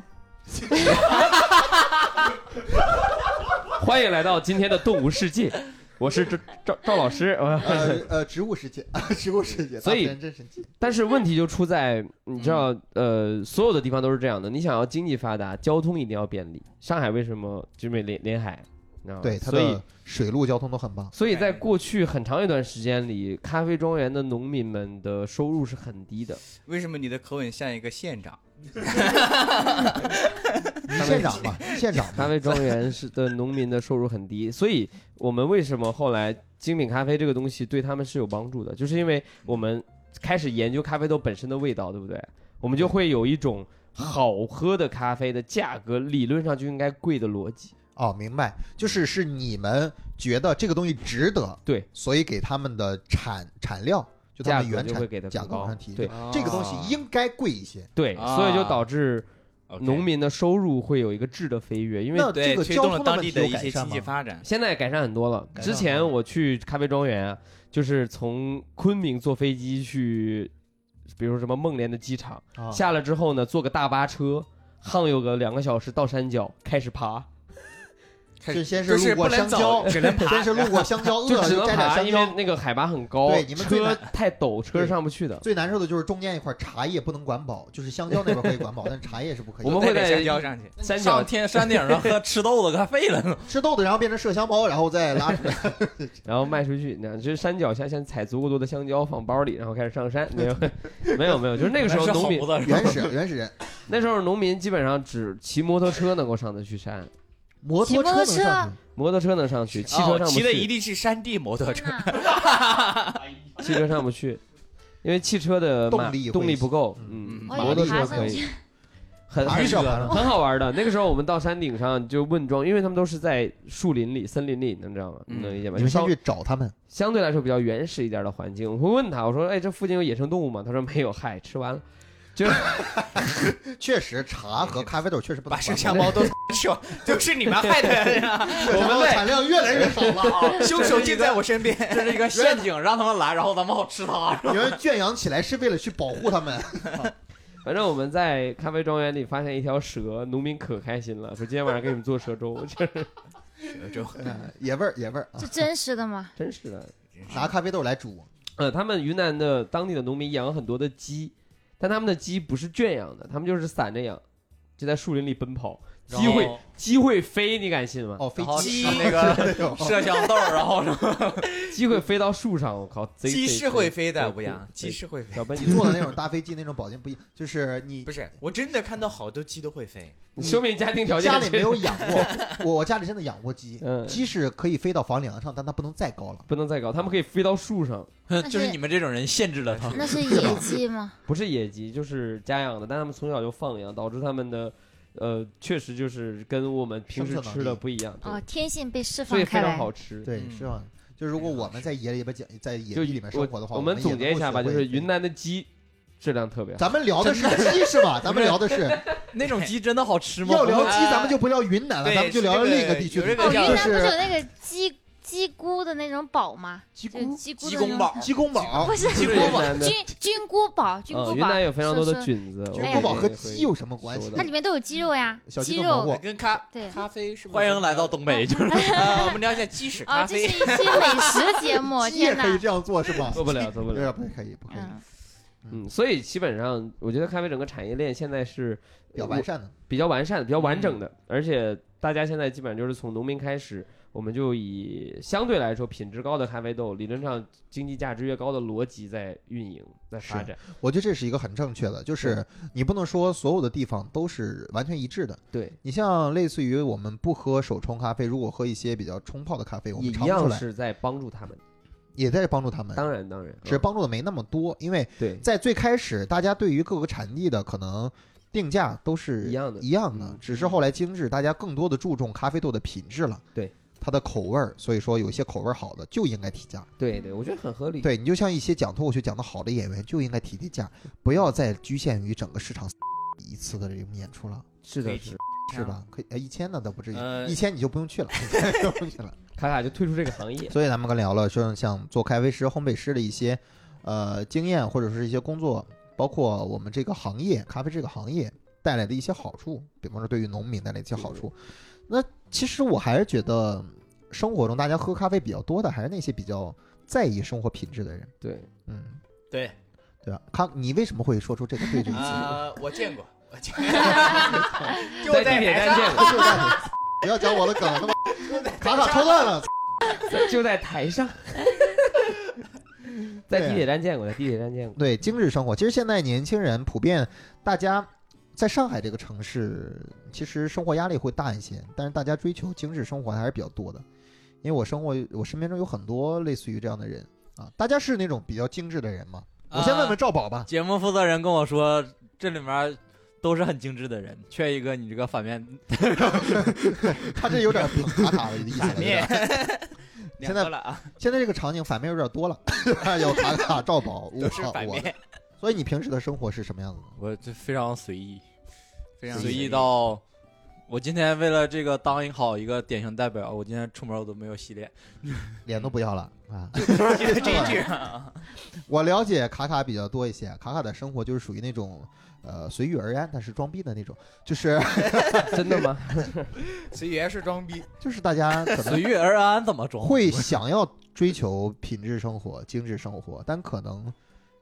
Speaker 1: 欢迎来到今天的动物世
Speaker 2: <laughs>
Speaker 1: 界，我是赵赵赵老师。呃
Speaker 2: 呃呃，植物世界， <laughs> 植物世界，
Speaker 1: 所以
Speaker 2: 大自然真神奇。
Speaker 1: 但是问题就出在，你知道，
Speaker 2: 嗯
Speaker 1: 呃，所有的地方都是这样的。你想要经济发达，交通一定要便利。上海为什么就没连连海？你知道吗？
Speaker 2: 对，它
Speaker 1: 所以
Speaker 2: 的水陆交通都很棒。
Speaker 1: 所以在过去很长一段时间里，咖啡庄园的农民们的收入是很低的。
Speaker 5: 为什么你的口吻像一个县长？
Speaker 2: 你县长吧，县长
Speaker 1: 咖
Speaker 2: 吧，
Speaker 1: 啡庄园是的农民的收入很低，所以我们为什么后来精品咖啡这个东西对他们是有帮助的，就是因为我们开始研究咖啡豆本身的味道，对不对？我们就会有一种好喝的咖啡的价格理论上就应该贵的逻辑。
Speaker 2: 哦，明白，就是是你们觉得这个东西值得，
Speaker 1: 对，
Speaker 2: 所以给他们的产产料，就他
Speaker 1: 价
Speaker 2: 们
Speaker 1: 格
Speaker 2: 原
Speaker 1: 就
Speaker 2: 产
Speaker 1: 会给它
Speaker 2: 价
Speaker 1: 更
Speaker 2: 格往
Speaker 1: 高
Speaker 2: 上提，，
Speaker 1: 对
Speaker 2: 哦这个东
Speaker 5: 哦
Speaker 2: 西应该贵一些。
Speaker 1: 对，
Speaker 5: 啊
Speaker 1: 所以就导致
Speaker 5: 哦 OK
Speaker 1: 农民的收入会有一个质的飞跃，因为
Speaker 2: 那这
Speaker 5: 对
Speaker 2: 个
Speaker 5: 推
Speaker 2: 交
Speaker 5: 动
Speaker 2: 通
Speaker 5: 了当
Speaker 2: 问
Speaker 5: 地
Speaker 2: 题
Speaker 5: 的
Speaker 2: 有
Speaker 5: 一
Speaker 2: 改
Speaker 5: 些
Speaker 2: 善
Speaker 5: 经济
Speaker 2: 吗？
Speaker 5: 发展。
Speaker 1: 现在改善很多了。
Speaker 2: 改善
Speaker 1: 之
Speaker 2: 了
Speaker 1: 前我去咖啡庄园啊，就是从昆明坐飞机去，比如说什么孟连的机场，
Speaker 2: 啊
Speaker 1: 下了之后呢，坐个大巴车，晃悠个两个小时到山脚开始爬，
Speaker 2: 是先
Speaker 5: 就是是
Speaker 2: 路过
Speaker 5: 不能
Speaker 2: 香蕉
Speaker 5: 走，只 <laughs> 能爬
Speaker 2: 先是路过香
Speaker 5: <laughs>
Speaker 2: 蕉，饿
Speaker 1: 就
Speaker 2: 了
Speaker 1: 只能
Speaker 2: 就摘点
Speaker 1: 爬，
Speaker 2: 香
Speaker 1: 因为
Speaker 2: 蕉。
Speaker 1: 那个海拔很高，
Speaker 2: 对你们最
Speaker 1: 车
Speaker 2: 难
Speaker 1: 太陡，车
Speaker 2: 对
Speaker 1: 是上不去
Speaker 2: <laughs>
Speaker 1: 的。
Speaker 2: 最难受的就是中间一块茶叶不能管饱，就是香蕉那边可以管饱，但是茶叶是不可以的。
Speaker 1: 我们会
Speaker 5: 带
Speaker 1: 在
Speaker 5: 着香蕉上去，
Speaker 2: 嗯
Speaker 1: 山脚
Speaker 3: 上天山顶上喝吃豆子，快废了。
Speaker 2: 吃豆子，然后变成麝香猫，然后再拉出来。
Speaker 1: 然后卖出去，那这山脚下先采足够多的香蕉放包里，然后开始上山。
Speaker 2: <laughs>
Speaker 1: 没有，没有，没有，就是那个时候
Speaker 3: 是
Speaker 1: 农民
Speaker 3: 猴 <laughs> 子是吧
Speaker 2: 原始原始人，
Speaker 1: 那时候农民基本上只骑摩托车能够上得去山，
Speaker 2: 摩
Speaker 4: 骑
Speaker 2: 托
Speaker 4: 摩托
Speaker 2: 能
Speaker 4: 车
Speaker 2: 上去，
Speaker 1: 摩托车能上去，汽车
Speaker 5: 哦
Speaker 1: 上不
Speaker 5: 骑
Speaker 1: 去，
Speaker 5: 的一定是山地摩托车。
Speaker 4: 天哪
Speaker 1: 汽车上不去，因因为汽车的
Speaker 2: 动
Speaker 1: 马
Speaker 2: 力会
Speaker 1: 动力不够，
Speaker 5: 嗯
Speaker 1: 嗯，
Speaker 4: 我
Speaker 1: 摩
Speaker 4: 以
Speaker 1: 托
Speaker 4: 为
Speaker 1: 车
Speaker 4: 哦爬
Speaker 1: 可
Speaker 4: 上
Speaker 1: 以
Speaker 4: 去，，
Speaker 1: 很
Speaker 2: 爬
Speaker 1: 很
Speaker 2: 是要爬上去
Speaker 1: 很好玩的。那个时候我们到山顶上就问庄，因为他们都是在树林里、森林里，能知道吗？
Speaker 5: 嗯
Speaker 1: 能理解吗？
Speaker 2: 你
Speaker 1: 就
Speaker 2: 们
Speaker 1: 稍
Speaker 2: 先去找他们，
Speaker 1: 相对来说比较原始一点的环境。我会问他，我说：“哎，这附近有野生动物吗？”他说：“没有，嗨，吃完了。
Speaker 2: 确实茶和咖啡豆确实不能
Speaker 5: 把麝
Speaker 2: 管
Speaker 5: 香猫都吃 <laughs> 完，都是你们害的，
Speaker 2: 麝香猫产量越来越少了
Speaker 5: <laughs>
Speaker 2: 啊！
Speaker 5: 凶手就在我身边。
Speaker 3: 这
Speaker 5: <laughs>
Speaker 3: 是一个陷阱，让他们来，然后咱们好吃它。
Speaker 2: 有人圈养起来是为了去保护他们，”
Speaker 1: 反正我们在咖啡庄园里发现一条蛇，农民可开心了，说：“今天晚上给你们做蛇粥。” <laughs> 这
Speaker 2: 嗯野味儿野味儿啊！
Speaker 4: 这真实的
Speaker 1: <laughs>
Speaker 4: 吗？
Speaker 1: 真是的。
Speaker 2: 拿咖啡豆来煮，
Speaker 1: 呃，他们云南的当地的农民养很多的鸡，但他们的鸡不是圈养的，他们就是散着养，就在树林里奔跑。
Speaker 3: 然后
Speaker 1: 鸡会鸡会飞，你敢信吗？
Speaker 2: 哦，飞
Speaker 3: 然后
Speaker 2: 机
Speaker 3: 吃那
Speaker 2: <laughs>
Speaker 5: <laughs>
Speaker 3: 个麝香豆，然后什么
Speaker 1: 鸡会飞到树上，我靠，贼
Speaker 5: 鸡
Speaker 1: 贼
Speaker 5: 是会
Speaker 1: 贼
Speaker 5: 飞的，
Speaker 1: 贼
Speaker 5: 吴阳
Speaker 1: 贼，
Speaker 5: 鸡是会飞。
Speaker 1: 小笨
Speaker 2: 你坐的那种大飞机那种保健不一，就是你
Speaker 5: 不是，我真的看到好多鸡都会 <laughs> 飞。
Speaker 1: 你说明家庭条件
Speaker 2: 家里没有养过，我我家里真的养过鸡，
Speaker 1: 嗯
Speaker 2: 鸡是可以飞到房梁上，但它不能再高了。
Speaker 1: 不能再高，他们可以飞到树上，
Speaker 4: 是
Speaker 3: 就是你们这种人限制了它。
Speaker 4: 那是野鸡吗？
Speaker 1: 不是野鸡就是家养的，但他们从小就放养，导致他们的呃，确实就是跟我们平时
Speaker 2: 生存能
Speaker 1: 吃
Speaker 2: 力
Speaker 1: 的不一样，对
Speaker 4: 哦，天性被释
Speaker 1: 所以非
Speaker 4: 放开
Speaker 2: 啊
Speaker 1: 常
Speaker 4: 来。
Speaker 1: 好吃。
Speaker 2: 对，
Speaker 5: 嗯
Speaker 2: 是吧？就如果我们在野里边讲，在野
Speaker 1: 就
Speaker 2: 地里面生活的话，
Speaker 1: 我
Speaker 2: 们
Speaker 1: 们总结一下吧，就是云
Speaker 2: 南，
Speaker 1: 南的鸡质量特别好。
Speaker 2: 咱们聊的是鸡是吧？咱们聊的是
Speaker 3: 那种鸡真的好吃吗？
Speaker 2: 要 <laughs> 聊
Speaker 3: 我
Speaker 2: 鸡，咱们就不聊云南了，
Speaker 5: 对
Speaker 2: 咱们就聊聊另一个地区
Speaker 5: 有这
Speaker 2: 的，
Speaker 5: 个
Speaker 4: 哦，
Speaker 5: 这
Speaker 4: 云
Speaker 2: 就
Speaker 5: 样
Speaker 4: 南不是有
Speaker 2: 是
Speaker 4: 那个鸡鸡菇的那种堡吗？
Speaker 2: 鸡
Speaker 4: 就
Speaker 2: 公
Speaker 4: 鸡菇
Speaker 5: <laughs> 鸡
Speaker 4: 的那
Speaker 5: 公
Speaker 4: 种
Speaker 5: 堡，
Speaker 2: 鸡公堡
Speaker 4: 不。是
Speaker 1: 鸡
Speaker 4: 菌
Speaker 1: 公堡
Speaker 4: <laughs>
Speaker 1: 的
Speaker 4: 菌菌菇堡，菌
Speaker 1: 嗯，
Speaker 4: 菇
Speaker 1: 云
Speaker 4: 堡
Speaker 1: 南有非常多
Speaker 4: 是
Speaker 1: 的
Speaker 4: 是
Speaker 1: 菌子，
Speaker 2: 鸡
Speaker 1: 我
Speaker 2: 公
Speaker 1: 们
Speaker 2: 堡
Speaker 1: 也
Speaker 2: 和
Speaker 1: 会
Speaker 2: 鸡有什么关系
Speaker 1: 熟？的
Speaker 4: 它里面都有鸡肉呀，
Speaker 2: 小鸡
Speaker 4: 哎鸡
Speaker 2: 炖蘑
Speaker 4: 肉
Speaker 2: 菇
Speaker 5: 跟咖
Speaker 4: 对。
Speaker 5: 咖啡是不是
Speaker 3: 欢迎来
Speaker 5: <laughs>
Speaker 3: 到东北，就是
Speaker 5: 呃，我们聊一下鸡屎
Speaker 4: 啊，
Speaker 5: 咖
Speaker 4: 这是
Speaker 5: 啡。 <laughs>
Speaker 4: 一期美食节
Speaker 2: <laughs>
Speaker 4: 目，
Speaker 2: 鸡也
Speaker 4: 天
Speaker 2: 可以
Speaker 4: 哪！
Speaker 2: 这样做是
Speaker 4: <laughs>
Speaker 2: 吧？
Speaker 1: 做不了，做不
Speaker 2: 对
Speaker 1: 了
Speaker 2: 啊，。不可以，不可以，
Speaker 4: 嗯，
Speaker 1: 嗯，所以基本上，我觉得咖啡整个产业链现在是
Speaker 2: 比较完善的。
Speaker 1: 比较完善、比较完
Speaker 2: 嗯
Speaker 1: 整的，而且大家现在基本上就是从农民开始，我们就以相对来说品质高的咖啡豆，理论上经济价值越高的逻辑在运营、在发展。
Speaker 2: 我觉得这是一个很正确的，就是你不能说所有的地方都是完全一致的。
Speaker 1: 对，
Speaker 2: 你像类似于我们不喝手冲咖啡，如果喝一些比较冲泡的咖啡，我
Speaker 1: 也
Speaker 2: 们
Speaker 1: 一
Speaker 2: 尝不出
Speaker 1: 样
Speaker 2: 来，
Speaker 1: 是在帮助他们。
Speaker 2: 也在帮助他们。
Speaker 1: 当然，当然，
Speaker 2: 只是
Speaker 1: 嗯
Speaker 2: 帮助的没那么多，因为
Speaker 1: 对
Speaker 2: 在最开始，大家对于各个产地的可能定价都是
Speaker 1: 一样的
Speaker 2: 一样的
Speaker 1: 嗯，
Speaker 2: 只是后来精致，大家更多的注重咖啡豆的品质了，
Speaker 1: 对
Speaker 2: 它的口味儿，所以说有一些口味儿好的就应该提价。
Speaker 1: 对对，我觉得很合理。
Speaker 2: 对你就像一些讲脱口秀讲的好的演员就应该提提价，不要再局限于整个市场 <laughs> 一次的这种演出了，
Speaker 1: 是
Speaker 5: 可
Speaker 1: 的，
Speaker 5: 以
Speaker 1: 是
Speaker 5: 提
Speaker 1: 的
Speaker 2: 是吧？可以，哎，一千呢倒不至于，
Speaker 5: 呃
Speaker 2: 一千你就不用去了， <laughs> 不用去了。
Speaker 1: 卡卡就退出这个行业。
Speaker 2: 所以咱们刚聊了，就是像做咖啡师、烘焙师的一些呃经验，或者是一些工作，包括我们这个行业，咖啡这个行业带来的一些好处，比方说对于农民带来一些好处。那其实我还是觉得，生活中大家喝咖啡比较多的，还是那些比较在意生活品质的人，
Speaker 1: 对，
Speaker 2: 嗯，
Speaker 5: 对，
Speaker 2: 对吧？康，你为什么会说出这个
Speaker 1: 嗯
Speaker 2: 对这个
Speaker 5: <laughs>
Speaker 2: 词？
Speaker 5: 啊，我见过，我见过，就
Speaker 1: <laughs> 在地铁
Speaker 5: 台
Speaker 1: 站见
Speaker 5: 上
Speaker 1: 过，
Speaker 2: 不要讲我的梗，他妈卡卡超断了。
Speaker 1: 就在台
Speaker 2: <laughs>
Speaker 1: 上，在地铁站见过，在地铁站见过。
Speaker 2: 对精致生活，其实现在年轻人普遍，大家在上海这个城市，其实生活压力会大一些，但是大家追求精致生活还是比较多的。因为我生活，我身边中有很多类似于这样的人啊，大家是那种比较精致的人吗？我先问
Speaker 5: 啊
Speaker 2: 问赵宝吧，
Speaker 3: 节目负责人跟我说，这里面都是很精致的人，缺一个你这个反面。
Speaker 2: 他这
Speaker 5: <laughs>
Speaker 2: 有点捧卡卡的意思了。有点啊现
Speaker 5: 两
Speaker 2: 在
Speaker 5: 个了
Speaker 2: <laughs>
Speaker 5: 啊，
Speaker 2: 现在这个场景反面有点多了， <laughs> 对吧有卡卡、赵宝，
Speaker 5: 都
Speaker 2: 我
Speaker 5: 是反
Speaker 2: 我。
Speaker 5: 面，
Speaker 2: 所以你平时的生活是什么样子的？
Speaker 3: 我这非常随意，
Speaker 5: 非常
Speaker 2: 随
Speaker 3: 随
Speaker 2: 意
Speaker 3: 意到我今天为了这个当一好一个典型代表，我今天出门我都没有洗脸。
Speaker 2: 脸都不要了啊！
Speaker 5: 这一句
Speaker 1: <laughs>
Speaker 5: 啊，
Speaker 2: 我了解卡卡比较多一些，卡卡的生活就是属于那种，呃，随遇而安，但是装逼的那种，就是
Speaker 1: 真的吗？
Speaker 5: 随缘是装逼，
Speaker 2: 就是大家可能
Speaker 3: 随遇而安怎么装？
Speaker 2: 会想要追求品质生活、精致生活，但可能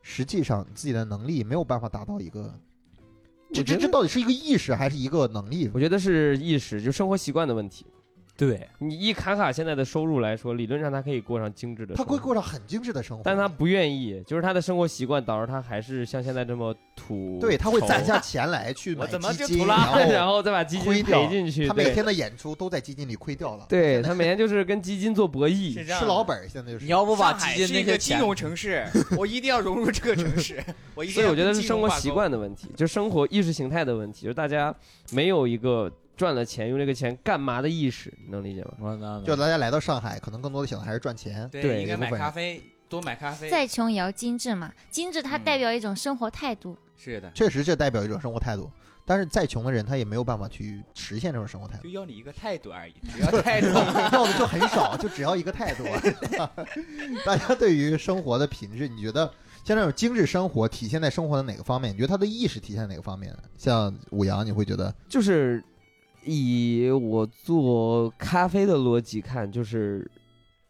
Speaker 2: 实际上你自己的能力没有办法达到一个，这
Speaker 1: 我觉
Speaker 2: 这
Speaker 1: 得
Speaker 2: 这到底是一个意识还是一个能力？
Speaker 1: 我觉得是意识，就生活习惯的问题。
Speaker 6: 对，
Speaker 1: 你一卡卡现在的收入来说，理论上他可以过上精致的
Speaker 2: 他
Speaker 1: 生
Speaker 2: 会
Speaker 1: 活，
Speaker 2: 过上很精致的生活，
Speaker 1: 但他不愿意，就是他的生活习惯导致他还是像现在这么土。
Speaker 2: 对他会
Speaker 1: 丑 <laughs>
Speaker 2: 攒下钱来去
Speaker 5: 我
Speaker 2: 买
Speaker 5: 怎么
Speaker 2: 基
Speaker 5: 就
Speaker 2: 金，
Speaker 5: 土拉
Speaker 2: 然
Speaker 1: 然
Speaker 2: 后
Speaker 1: 后再把基
Speaker 2: 亏
Speaker 1: 金
Speaker 2: 掉
Speaker 1: 赔进去。
Speaker 2: 他每
Speaker 1: 对，
Speaker 2: 天的演出都在基金里亏掉了，
Speaker 1: 对他每天就是跟基金做博
Speaker 5: 是
Speaker 1: 弈。
Speaker 5: 这样
Speaker 2: 吃
Speaker 5: 的
Speaker 2: 老本儿现在就是
Speaker 3: 你。要不把
Speaker 5: 上
Speaker 3: 基
Speaker 5: 海
Speaker 3: 金
Speaker 5: 是
Speaker 3: 那
Speaker 5: 一个
Speaker 3: 些
Speaker 5: 金
Speaker 3: 钱，
Speaker 5: 融城市，我一定要融入这个
Speaker 1: <laughs>
Speaker 5: 城市。我一定
Speaker 1: 所以
Speaker 5: 要
Speaker 1: 我觉得
Speaker 5: 跟
Speaker 1: 是
Speaker 5: 金
Speaker 1: 生
Speaker 5: 融
Speaker 1: 活
Speaker 5: 挂
Speaker 1: 习
Speaker 5: 钩
Speaker 1: 惯的问题，就是生活意识形态的问题，就是大家没有一个赚了钱用这个钱干嘛的意识，你能理解吗？
Speaker 3: 我那
Speaker 2: 就大家来到上海，可能更多的想的还是赚钱。
Speaker 1: 对
Speaker 5: 对，应该
Speaker 1: 有部
Speaker 5: 买
Speaker 1: 分
Speaker 5: 咖啡，多买咖啡。
Speaker 4: 再穷也要精致嘛，精致它
Speaker 5: 嗯
Speaker 4: 代表一种生活态度。
Speaker 5: 是的，
Speaker 2: 确实，这代表一种生活态度。但是再穷的人，他也没有办法去实现这种生活态度
Speaker 5: 就，要你一个态度而已，只要态度。 <laughs>
Speaker 2: 要的就很少，就只要一个态度、啊 <laughs> 大家对于生活的品质，你觉得像这种精致生活体现在生活的哪个方面？你觉得他的意识体现在哪个方面呢？像五羊，你会觉得
Speaker 1: 就是以我做咖啡的逻辑看，就是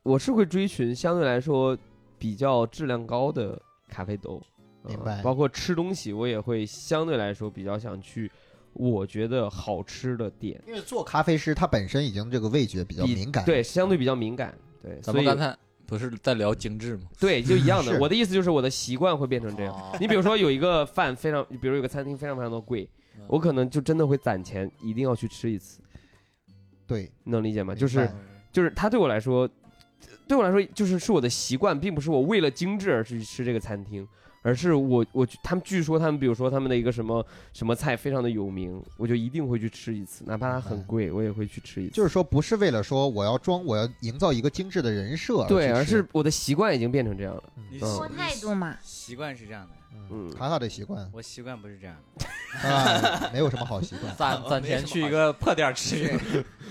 Speaker 1: 我是会追寻相对来说比较质量高的咖啡豆，呃
Speaker 2: 明白
Speaker 1: 包括吃东西，我也会相对来说比较想去我觉得好吃的店，
Speaker 2: 因为做咖啡师，他本身已经这个味觉比较
Speaker 1: 比
Speaker 2: 敏感。
Speaker 1: 对，相对比较敏感。对，
Speaker 3: 哎嗯咱
Speaker 1: 所
Speaker 3: 们
Speaker 1: 以
Speaker 3: 刚才不是在聊精致吗？
Speaker 1: 对就一样
Speaker 3: <laughs>
Speaker 1: 的。
Speaker 2: 是
Speaker 1: 我的意思就是，我的习惯会变成这样。
Speaker 3: 哦 <laughs>
Speaker 1: 你比如说有一个饭非常，比如有个餐厅非常非常的贵
Speaker 3: 嗯，
Speaker 1: 我可能就真的会攒钱，一定要去吃一次，
Speaker 2: 对，
Speaker 1: 能理解吗？
Speaker 2: 明
Speaker 1: 就是
Speaker 2: 白
Speaker 1: 就是它对我来说，对我来说就是是我的习惯，并不是我为了精致而去吃这个餐厅，而是我我他们据说他们比如说他们的一个什么什么菜非常的有名，我就一定会去吃一次，哪怕它很贵，我也会去吃一次。
Speaker 2: 嗯就是说，不是为了说我要装，我要营造一个精致的人设去吃，
Speaker 1: 对，而是我的习惯已经变成这样了。
Speaker 2: 嗯
Speaker 5: 你
Speaker 1: 嗯
Speaker 4: 生活态度嘛，
Speaker 5: 习惯是这样的，
Speaker 2: 嗯
Speaker 1: 嗯
Speaker 2: 卡卡的习
Speaker 1: <laughs>
Speaker 2: 惯
Speaker 5: 我习惯不是这样的。
Speaker 2: 啊，没有什么好习惯。
Speaker 3: 攒攒
Speaker 5: 没什
Speaker 3: 钱
Speaker 5: 么
Speaker 3: 去
Speaker 5: 好
Speaker 3: 一个破店儿吃，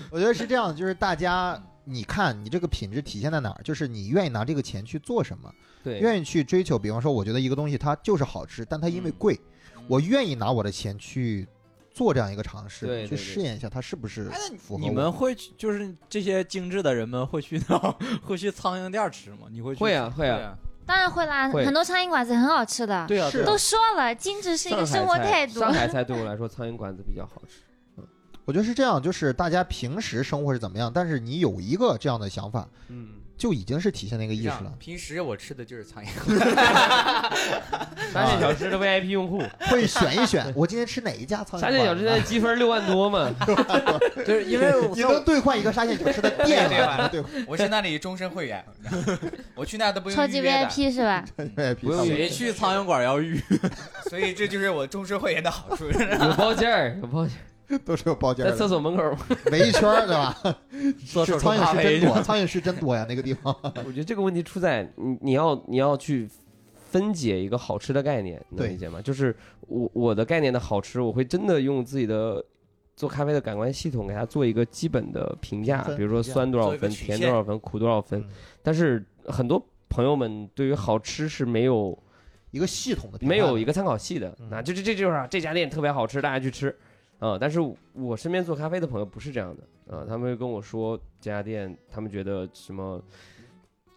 Speaker 2: 我觉得是这样，就是大家，你看你这个品质体现在哪儿？就是你愿意拿这个钱去做什么，
Speaker 1: 对，
Speaker 2: 愿意去追求。比方说，我觉得一个东西它就是好吃，但它因
Speaker 1: 嗯
Speaker 2: 为贵，我愿意拿我的钱去做这样一个尝试，
Speaker 1: 对对对
Speaker 2: 去试验一下它是不是
Speaker 3: 哎
Speaker 2: 符合
Speaker 3: 你
Speaker 2: 我
Speaker 3: 们会去，就是这些精致的人们会去那 <laughs> 会去苍蝇店儿吃吗？你会去
Speaker 1: 会啊会
Speaker 5: 对
Speaker 1: 啊，
Speaker 5: 啊，
Speaker 4: 当然会啦，
Speaker 1: 会
Speaker 4: 很多苍蝇馆子很好吃的。
Speaker 3: 对啊，
Speaker 2: 是
Speaker 3: 对啊
Speaker 4: 都说了，精致是一
Speaker 1: 上海
Speaker 4: 个生活态
Speaker 1: 菜
Speaker 4: 度。
Speaker 1: 上海菜对我来说，苍蝇馆子比较好
Speaker 3: <laughs>
Speaker 1: 吃。
Speaker 2: 我觉得是这样，就是大家平时生活是怎么样，但是你有一个这样的想法，
Speaker 1: 嗯，
Speaker 2: 就已经是体现那个
Speaker 5: 这
Speaker 2: 意识
Speaker 5: 样
Speaker 2: 了。
Speaker 5: 平时我吃的就是苍蝇，
Speaker 1: 沙县小吃的 VIP 用
Speaker 2: <laughs>
Speaker 1: 户，
Speaker 2: 会选一
Speaker 1: <laughs>
Speaker 2: 选，我今天吃哪一家苍蝇
Speaker 1: 沙县
Speaker 2: 馆子
Speaker 1: 小吃现在积分六万多
Speaker 2: <laughs>
Speaker 1: 嘛，
Speaker 3: 就是因为
Speaker 2: 你能兑换一个沙县小吃的店
Speaker 5: 对
Speaker 1: <laughs>
Speaker 2: 吗？
Speaker 5: 吧
Speaker 1: 啊
Speaker 2: 对
Speaker 5: 我是那里终身会员， <laughs> 我去那都不
Speaker 4: 超
Speaker 5: 用预
Speaker 4: 级
Speaker 5: 约的，
Speaker 4: VIP 是吧？
Speaker 1: 不用
Speaker 3: 谁去苍蝇馆儿要预
Speaker 5: 所以这就是我终身会员的好处。
Speaker 1: 有包间儿，有包间
Speaker 2: 都是有包间
Speaker 1: 儿，在
Speaker 2: 儿
Speaker 1: 厕
Speaker 2: 的，
Speaker 1: 所门口
Speaker 2: 围一圈儿对吧？
Speaker 1: <laughs>
Speaker 3: 做
Speaker 2: 是
Speaker 3: 手
Speaker 2: 苍
Speaker 3: 术咖
Speaker 2: 蝇是真
Speaker 3: 啡
Speaker 2: 多，苍蝇是真多呀，那个地方。
Speaker 1: 我觉得这个问题出在你你要你要去分解一个好吃的概念，你能
Speaker 2: 对
Speaker 1: 理解吗？就是我我的概念的好吃，我会真的用自己的做咖啡的感官系统给它做一个基本的评价
Speaker 2: 评，分嗯
Speaker 1: 比如说酸多少
Speaker 5: 做一个
Speaker 1: 分、
Speaker 5: 曲
Speaker 1: 甜多
Speaker 5: 线
Speaker 1: 少分、苦多少分。但是很多朋友们对于好吃是没有
Speaker 2: 一个系统的评判
Speaker 1: 没有一个参考系的
Speaker 2: 嗯，
Speaker 1: 那这这这就是啊，这家店特别好吃，大家去吃。啊、但是我身边做咖啡的朋友不是这样的啊、他们会跟我说这家店，他们觉得什么，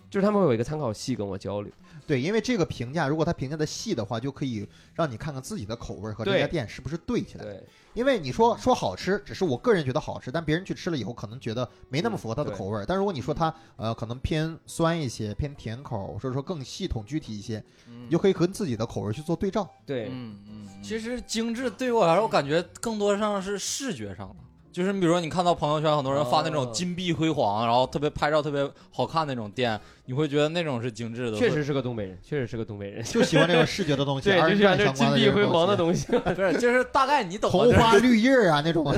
Speaker 1: 就是他们会有一个参考系跟我交流。
Speaker 2: 对，因为这个评价，如果他评价的细的话，就可以让你看看自己的口味和这
Speaker 1: 对
Speaker 2: 家店是不是对起来。
Speaker 1: 对，
Speaker 2: 因为你说说好吃，只是我个人觉得好吃，但别人去吃了以后，可能觉得没那么符合他的
Speaker 1: 嗯对
Speaker 2: 口味儿。但如果你说它呃可能偏酸一些，偏甜口，或者说更系统具体一些，
Speaker 1: 嗯
Speaker 2: 你就可以和自己的口味去做对照。
Speaker 1: 对，
Speaker 5: 嗯嗯，
Speaker 3: <laughs> 其实精致对于我来说，我感觉更多上是视觉上的，就是你比如说你看到朋友圈很多人发那种金碧辉煌，然后特别拍照特别好看那种店，你会觉得那种是精致的。
Speaker 1: 确实是个东北人，确实是个东北
Speaker 2: <laughs>
Speaker 1: 人。
Speaker 2: 就喜欢这种视觉的东
Speaker 1: <laughs>
Speaker 2: 西，
Speaker 1: 对，
Speaker 2: 二
Speaker 1: 就
Speaker 2: 人
Speaker 1: 像
Speaker 2: 转
Speaker 1: 这
Speaker 2: 相
Speaker 1: 金
Speaker 2: 关的
Speaker 1: 碧
Speaker 2: 这种
Speaker 1: 辉煌的
Speaker 2: 东西，
Speaker 1: 东西。
Speaker 2: <laughs>
Speaker 3: 不是，就是大概你懂
Speaker 2: 红
Speaker 3: 的。
Speaker 2: 花绿叶儿啊那种。
Speaker 5: 貂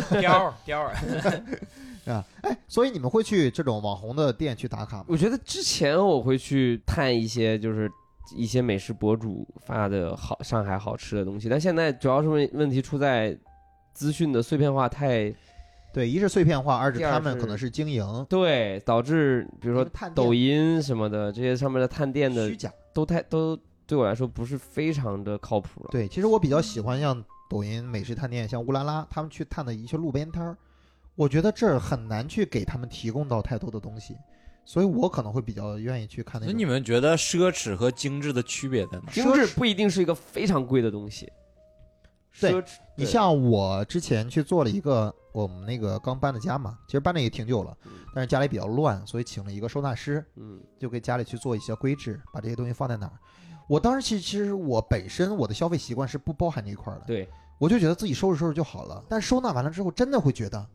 Speaker 5: 貂 <laughs> 儿，
Speaker 2: 啊，哎，所以你们会去这种网红的店去打卡吗？
Speaker 1: 我觉得之前我会去探一些，就是一些美食博主发的好上海好吃的东西，但现在主要是问问题出在资讯的碎片化太
Speaker 2: 对，一是碎片化，二是
Speaker 1: 第二
Speaker 2: 他们可
Speaker 1: 是
Speaker 2: 能是经营，
Speaker 1: 对，导致比如
Speaker 2: 比
Speaker 1: 说
Speaker 2: 探
Speaker 1: 抖
Speaker 2: 店
Speaker 1: 音什么的这些上面的探店的
Speaker 2: 虚假。
Speaker 1: 都太都对我来说不是非常的靠谱了。
Speaker 2: 对，其实我比较喜欢像抖音美食探店，像乌拉拉他们去探的一些路边摊儿，我觉得这儿很难去给他们提供到太多的东西，所以我可能会比较愿意去看那
Speaker 3: 那
Speaker 2: 种。
Speaker 3: 你们觉得奢侈和精致的区别在哪？
Speaker 1: 精致不一定是一个非常贵的东西，
Speaker 2: 对
Speaker 1: 奢侈。
Speaker 2: 你
Speaker 1: 对
Speaker 2: 像我之前去做了一个我们那个刚搬的家嘛，其实搬的也挺久了，但是家里比较乱，所以请了一个收纳师，
Speaker 1: 嗯
Speaker 2: 就给家里去做一些规制，把这些东西放在哪儿。我当时其实其实我本身我的消费习惯是不包含这一块儿的，
Speaker 1: 对，
Speaker 2: 我就觉得自己收拾收拾就好了。但收纳完了之后，真的会觉得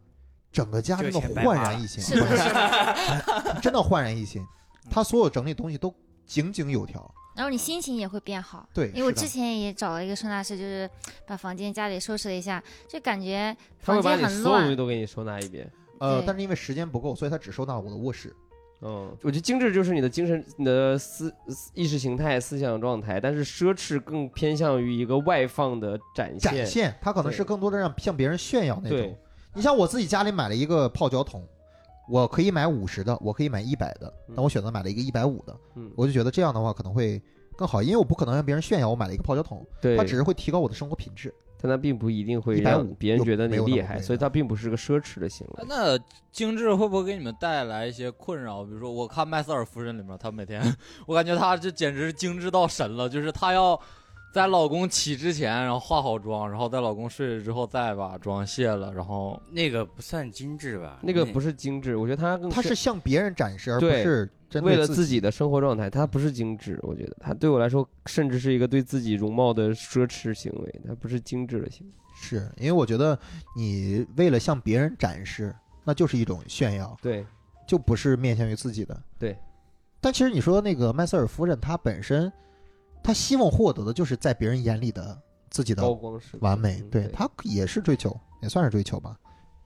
Speaker 2: 整个家
Speaker 5: 这
Speaker 2: 真
Speaker 5: 个
Speaker 2: 的
Speaker 5: 钱白花
Speaker 2: 焕然一新，
Speaker 4: 是的，是的。
Speaker 2: <laughs> 真的焕然一新。他所有整理东西都井井有条，
Speaker 4: 然后你心情也会变好。
Speaker 2: 对，
Speaker 4: 因为我
Speaker 2: 是的
Speaker 4: 之前也找了一个收纳师，就是把房间家里收拾了一下，就感觉
Speaker 1: 他会把
Speaker 4: 房间
Speaker 1: 你所
Speaker 4: 很
Speaker 1: 有东西
Speaker 4: 乱。
Speaker 1: 都给你收纳一遍。
Speaker 2: 呃，
Speaker 4: 对
Speaker 2: 但是因为时间不够，所以他只收纳了我的卧室。
Speaker 1: 嗯，我觉得精致就是你的精神、你的思思意识形态、思想状态，但是奢侈更偏向于一个外放的展
Speaker 2: 展
Speaker 1: 现。
Speaker 2: 现，他可能是
Speaker 1: 对
Speaker 2: 更多的让向别人炫耀那种
Speaker 1: 对。，
Speaker 2: 你像我自己家里买了一个泡脚桶，我可以买五十的，我可以买一百的，但我选择买了一个一百五的，
Speaker 1: 嗯，
Speaker 2: 我就觉得这样的话可能会更好，因为我不可能让别人炫耀我买了一个泡脚桶，
Speaker 1: 对，
Speaker 2: 它只是会提高我的生活品质。
Speaker 1: 但它并不一定会
Speaker 2: 150
Speaker 1: 让别人
Speaker 2: 就
Speaker 1: 觉得你
Speaker 2: 没有那
Speaker 1: 厉
Speaker 2: 么
Speaker 1: 害，
Speaker 2: 贵
Speaker 1: 所以它并不是个奢侈的行为。
Speaker 3: 啊那精致会不会给你们带来一些困扰？比如说，我看麦瑟尔夫人里面，她每天，我感觉她这简直是精致到神了，就是她要在老公起之前，然后化好妆，然后在老公睡了之后再把妆卸了，然后
Speaker 5: 那个不算精致吧？
Speaker 1: 那个不
Speaker 5: 是
Speaker 1: 是精致，我觉得它更
Speaker 2: 它是向别人展示，而不
Speaker 1: 嗯对
Speaker 2: 是针
Speaker 1: 为
Speaker 2: 对
Speaker 1: 了
Speaker 2: 自
Speaker 1: 自己的生活状态，它不是精致。我觉得它对我来说，甚至是一个对自己容貌的奢侈行为，它不是精致的行为。
Speaker 2: 是因为我觉得你为了向别人展示，那就是一种炫耀，
Speaker 1: 对，
Speaker 2: 就不是面向于自己的。
Speaker 1: 对。
Speaker 2: 但其实你说那个麦瑟尔夫人，她本身，她希望获得的就是在别人眼里的自己的
Speaker 1: 高光时刻
Speaker 2: 完美，
Speaker 1: 嗯
Speaker 2: 对她也是追求，也算是追求吧。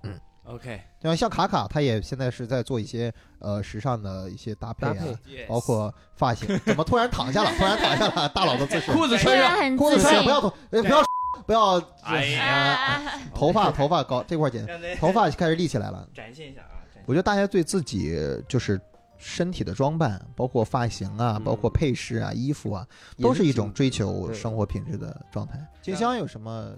Speaker 5: 嗯 OK，
Speaker 2: 像像卡卡，她也现在是在做一些呃时尚的一些搭配
Speaker 1: 搭配
Speaker 2: 啊，包括发
Speaker 5: <laughs>
Speaker 2: 型。怎么突然躺下了？突然躺下了， <laughs> 大佬的姿势。
Speaker 5: 裤子
Speaker 4: 虽
Speaker 5: 穿上，
Speaker 4: 然很
Speaker 2: 哎裤子
Speaker 4: 自
Speaker 2: 穿上，
Speaker 4: 信
Speaker 2: 不，要头，哎不要不要，
Speaker 4: 啊
Speaker 5: 哎呀，
Speaker 4: 啊，啊
Speaker 2: 头发头发高这块剪，
Speaker 5: 让大家
Speaker 2: 头发开始立起来了。
Speaker 5: 展现一下啊，展现
Speaker 2: 我觉得大家对自己就是身体的装扮，包括发型啊，
Speaker 1: 嗯
Speaker 2: 包括配饰啊、衣服啊，
Speaker 1: 也
Speaker 2: 都是一
Speaker 1: 精
Speaker 2: 种追求
Speaker 1: 对
Speaker 2: 生活品质的状态。
Speaker 1: 啊
Speaker 2: 静香有什么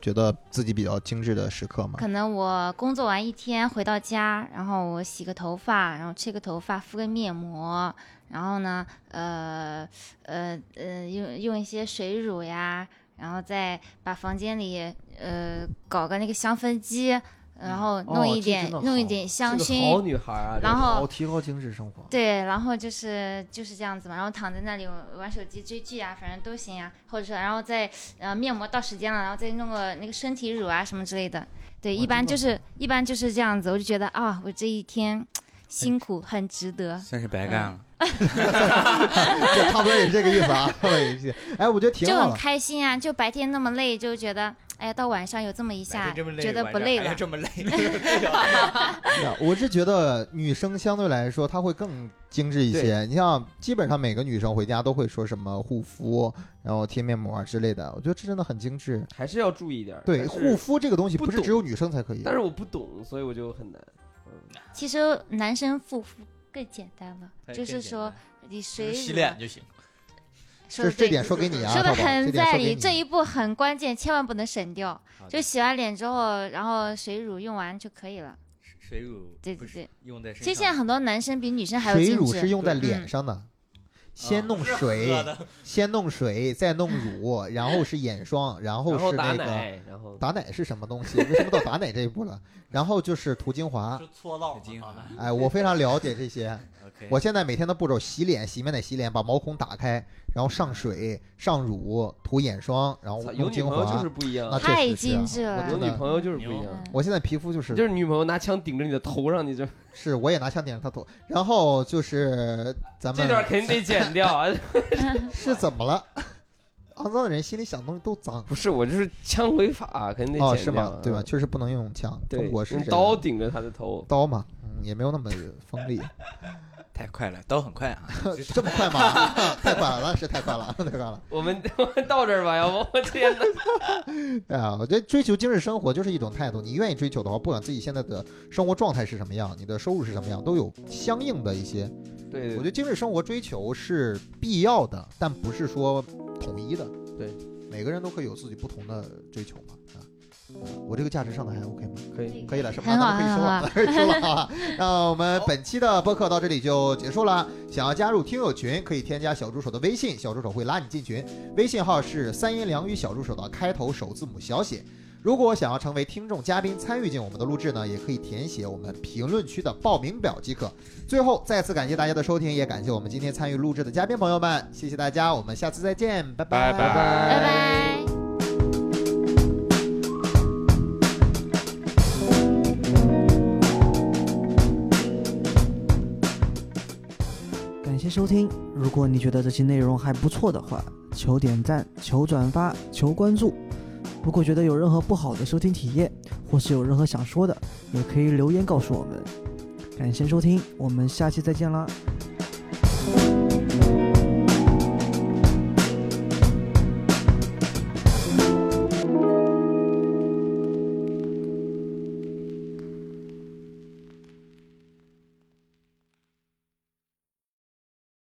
Speaker 2: 觉得自己比较精致的时刻吗？
Speaker 4: 可能我工作完一天回到家，然后我洗个头发，然后吹个头发，敷个面膜，然后呢，呃呃呃，用用一些水乳呀，然后再把房间里呃搞个那个香氛机，然后弄一
Speaker 2: 这
Speaker 4: 点、
Speaker 2: 真的
Speaker 4: 弄一
Speaker 2: 好
Speaker 4: 点香
Speaker 1: 这个
Speaker 4: 薰，
Speaker 1: 好女孩啊，
Speaker 4: 然后
Speaker 2: 好提高精致生活。
Speaker 4: 对，然后就是就是这样子嘛，然后躺在那里玩手机、追剧啊，反正都行啊，或者说然后再呃面膜到时间了，然后再弄个那个身体乳啊什么之类的。对，一般就是一般就是这样子，我就觉得啊，我这一天辛苦很值得。
Speaker 5: 算是白干了。
Speaker 2: 对，差不多也是这个意思啊，差不多也是这个。哎，我觉得挺
Speaker 4: 就
Speaker 2: 好
Speaker 4: 很
Speaker 2: 的。
Speaker 4: 开心啊！就白天那么累，就觉得哎呀，到晚上有这么一
Speaker 5: 白
Speaker 4: 下，
Speaker 5: 天这么累
Speaker 4: 觉得
Speaker 5: 晚
Speaker 4: 不
Speaker 5: 上
Speaker 4: 累
Speaker 5: 还
Speaker 4: 了
Speaker 5: 要。这么累， <laughs>
Speaker 2: 对啊我是觉得女生相对来说，她会更精致一些。你像基本上每个女生回家都会说什么护肤，然后贴面膜啊之类的。我觉得这真的很精致。
Speaker 1: 还是要注意一点。
Speaker 2: 对，
Speaker 1: 但是
Speaker 2: 护肤这个东西
Speaker 1: 不
Speaker 2: 不是
Speaker 1: 懂
Speaker 2: 只有女生才可以
Speaker 1: 但。是我不懂，所以我就很难。
Speaker 4: 其实男生护肤更简单了，<laughs>
Speaker 5: 哎
Speaker 4: 就是说，你水
Speaker 5: 更简
Speaker 4: 乳
Speaker 5: 单洗脸就行。
Speaker 4: 说
Speaker 2: 这
Speaker 4: 得
Speaker 2: 这
Speaker 4: 对
Speaker 2: 点说给你啊，
Speaker 4: 说的
Speaker 2: 淘宝
Speaker 4: 很
Speaker 2: 这点
Speaker 4: 在
Speaker 2: 说给
Speaker 4: 理，
Speaker 2: 你
Speaker 4: 这一步很关键，千万不能省掉。
Speaker 5: 好的
Speaker 4: 就洗完脸之后，然后水乳用完就可以了。
Speaker 5: 水乳
Speaker 4: 对
Speaker 5: 不
Speaker 4: 对
Speaker 5: 是
Speaker 4: 对，
Speaker 5: 用在身
Speaker 4: 其实
Speaker 5: 上。
Speaker 4: 现在很多男生比女生还要
Speaker 2: 水
Speaker 4: 精
Speaker 2: 乳是
Speaker 4: 致。
Speaker 2: 用在
Speaker 4: 对
Speaker 2: 脸
Speaker 4: 嗯
Speaker 2: 上的，先
Speaker 5: 啊
Speaker 2: 弄
Speaker 5: 不是
Speaker 2: 水，
Speaker 5: 喝的
Speaker 2: 先弄水，再弄乳，然后是眼霜，然后
Speaker 1: 然后
Speaker 2: 是
Speaker 1: 打
Speaker 2: 那个
Speaker 1: 奶，然后
Speaker 2: 打奶是什么东西？为什么到打奶这一步了？然后就是涂精华。
Speaker 3: 是搓到
Speaker 5: 精华
Speaker 3: 了。
Speaker 2: 哎，我非常了解
Speaker 1: <laughs>
Speaker 2: 这些。
Speaker 5: OK，
Speaker 2: 我现在每天的步骤：洗脸、洗面奶、洗脸，把毛孔打开，然后上水、上乳、涂眼霜，然后
Speaker 1: 操有
Speaker 2: 用
Speaker 1: 女
Speaker 2: 精
Speaker 1: 朋友就
Speaker 2: 华
Speaker 1: 是。不一样
Speaker 2: 那，确
Speaker 4: 太
Speaker 2: 实是啊
Speaker 4: 精致了
Speaker 2: 我
Speaker 1: 有
Speaker 2: 真
Speaker 1: 女
Speaker 2: 的，
Speaker 1: 朋友就是不一
Speaker 5: 牛
Speaker 1: 样。
Speaker 2: 我现在皮肤就是
Speaker 1: 就是女朋友拿枪顶着你的头，让你这
Speaker 2: 是，我也拿枪点着他头。然后就是咱
Speaker 1: 这段
Speaker 2: 们
Speaker 1: 肯定得剪掉
Speaker 2: <laughs>
Speaker 1: 啊！
Speaker 2: 是怎么了？ <laughs> 肮脏的人心里想的东西都脏
Speaker 1: 不是，我就是枪违法，肯定得
Speaker 2: 哦，
Speaker 1: 剪
Speaker 2: 是
Speaker 1: 掉
Speaker 2: 吗
Speaker 1: 啊？
Speaker 2: 对吧？？确实不能用枪，
Speaker 1: 对，
Speaker 2: 中国是
Speaker 1: 用
Speaker 2: 这
Speaker 1: 刀
Speaker 2: 样
Speaker 1: 顶着他的头，
Speaker 2: 刀嘛，嗯也没有那么锋利。
Speaker 5: 太快了，刀很快啊。
Speaker 2: 这么快吗？ <laughs> 太快了，是太快了，太快了。
Speaker 1: 我们 <laughs> 我们到这儿吧，要不我天哪！
Speaker 2: 对啊，我觉得追求精致生活就是一种态度。你愿意追求的话，不管自己现在的生活状态是什么样，你的收入是什么样，都有相应的一些。
Speaker 1: 对
Speaker 2: 我
Speaker 1: 对
Speaker 2: 觉得精致生活追求是必要的，但不是说统一的。
Speaker 1: 对，
Speaker 2: 每个人都可以有自己不同的追求嘛。啊，我这个价值上的还 OK 吗？
Speaker 1: 可以。
Speaker 2: 嗯可以了，是吧？
Speaker 4: 嗯很
Speaker 2: 那
Speaker 4: 好
Speaker 2: 咱们可以收 <laughs> 了，可以收了
Speaker 4: <laughs>
Speaker 2: 啊。那我们本期的播客到这里就结束了。想要加入听友群，可以添加小助手的微信，小助手会拉你进群，微信号是三言两语小助手的开头首字母小写。如果想要成为听众嘉宾，参与进我们的录制呢，也可以填写我们评论区的报名表即可。最后，再次感谢大家的收听，也感谢我们今天参与录制的嘉宾朋友们，谢谢大家，我们下次再见，拜拜
Speaker 5: 拜拜
Speaker 2: 哎
Speaker 4: 拜
Speaker 5: 拜
Speaker 4: 拜。
Speaker 6: 感谢收听。如果你觉得这期内容还不错的话，求点赞、求转发、求关注。如果觉得有任何不好的收听体验，或是有任何想说的，也可以留言告诉我们。感谢收听，我们下期再见啦！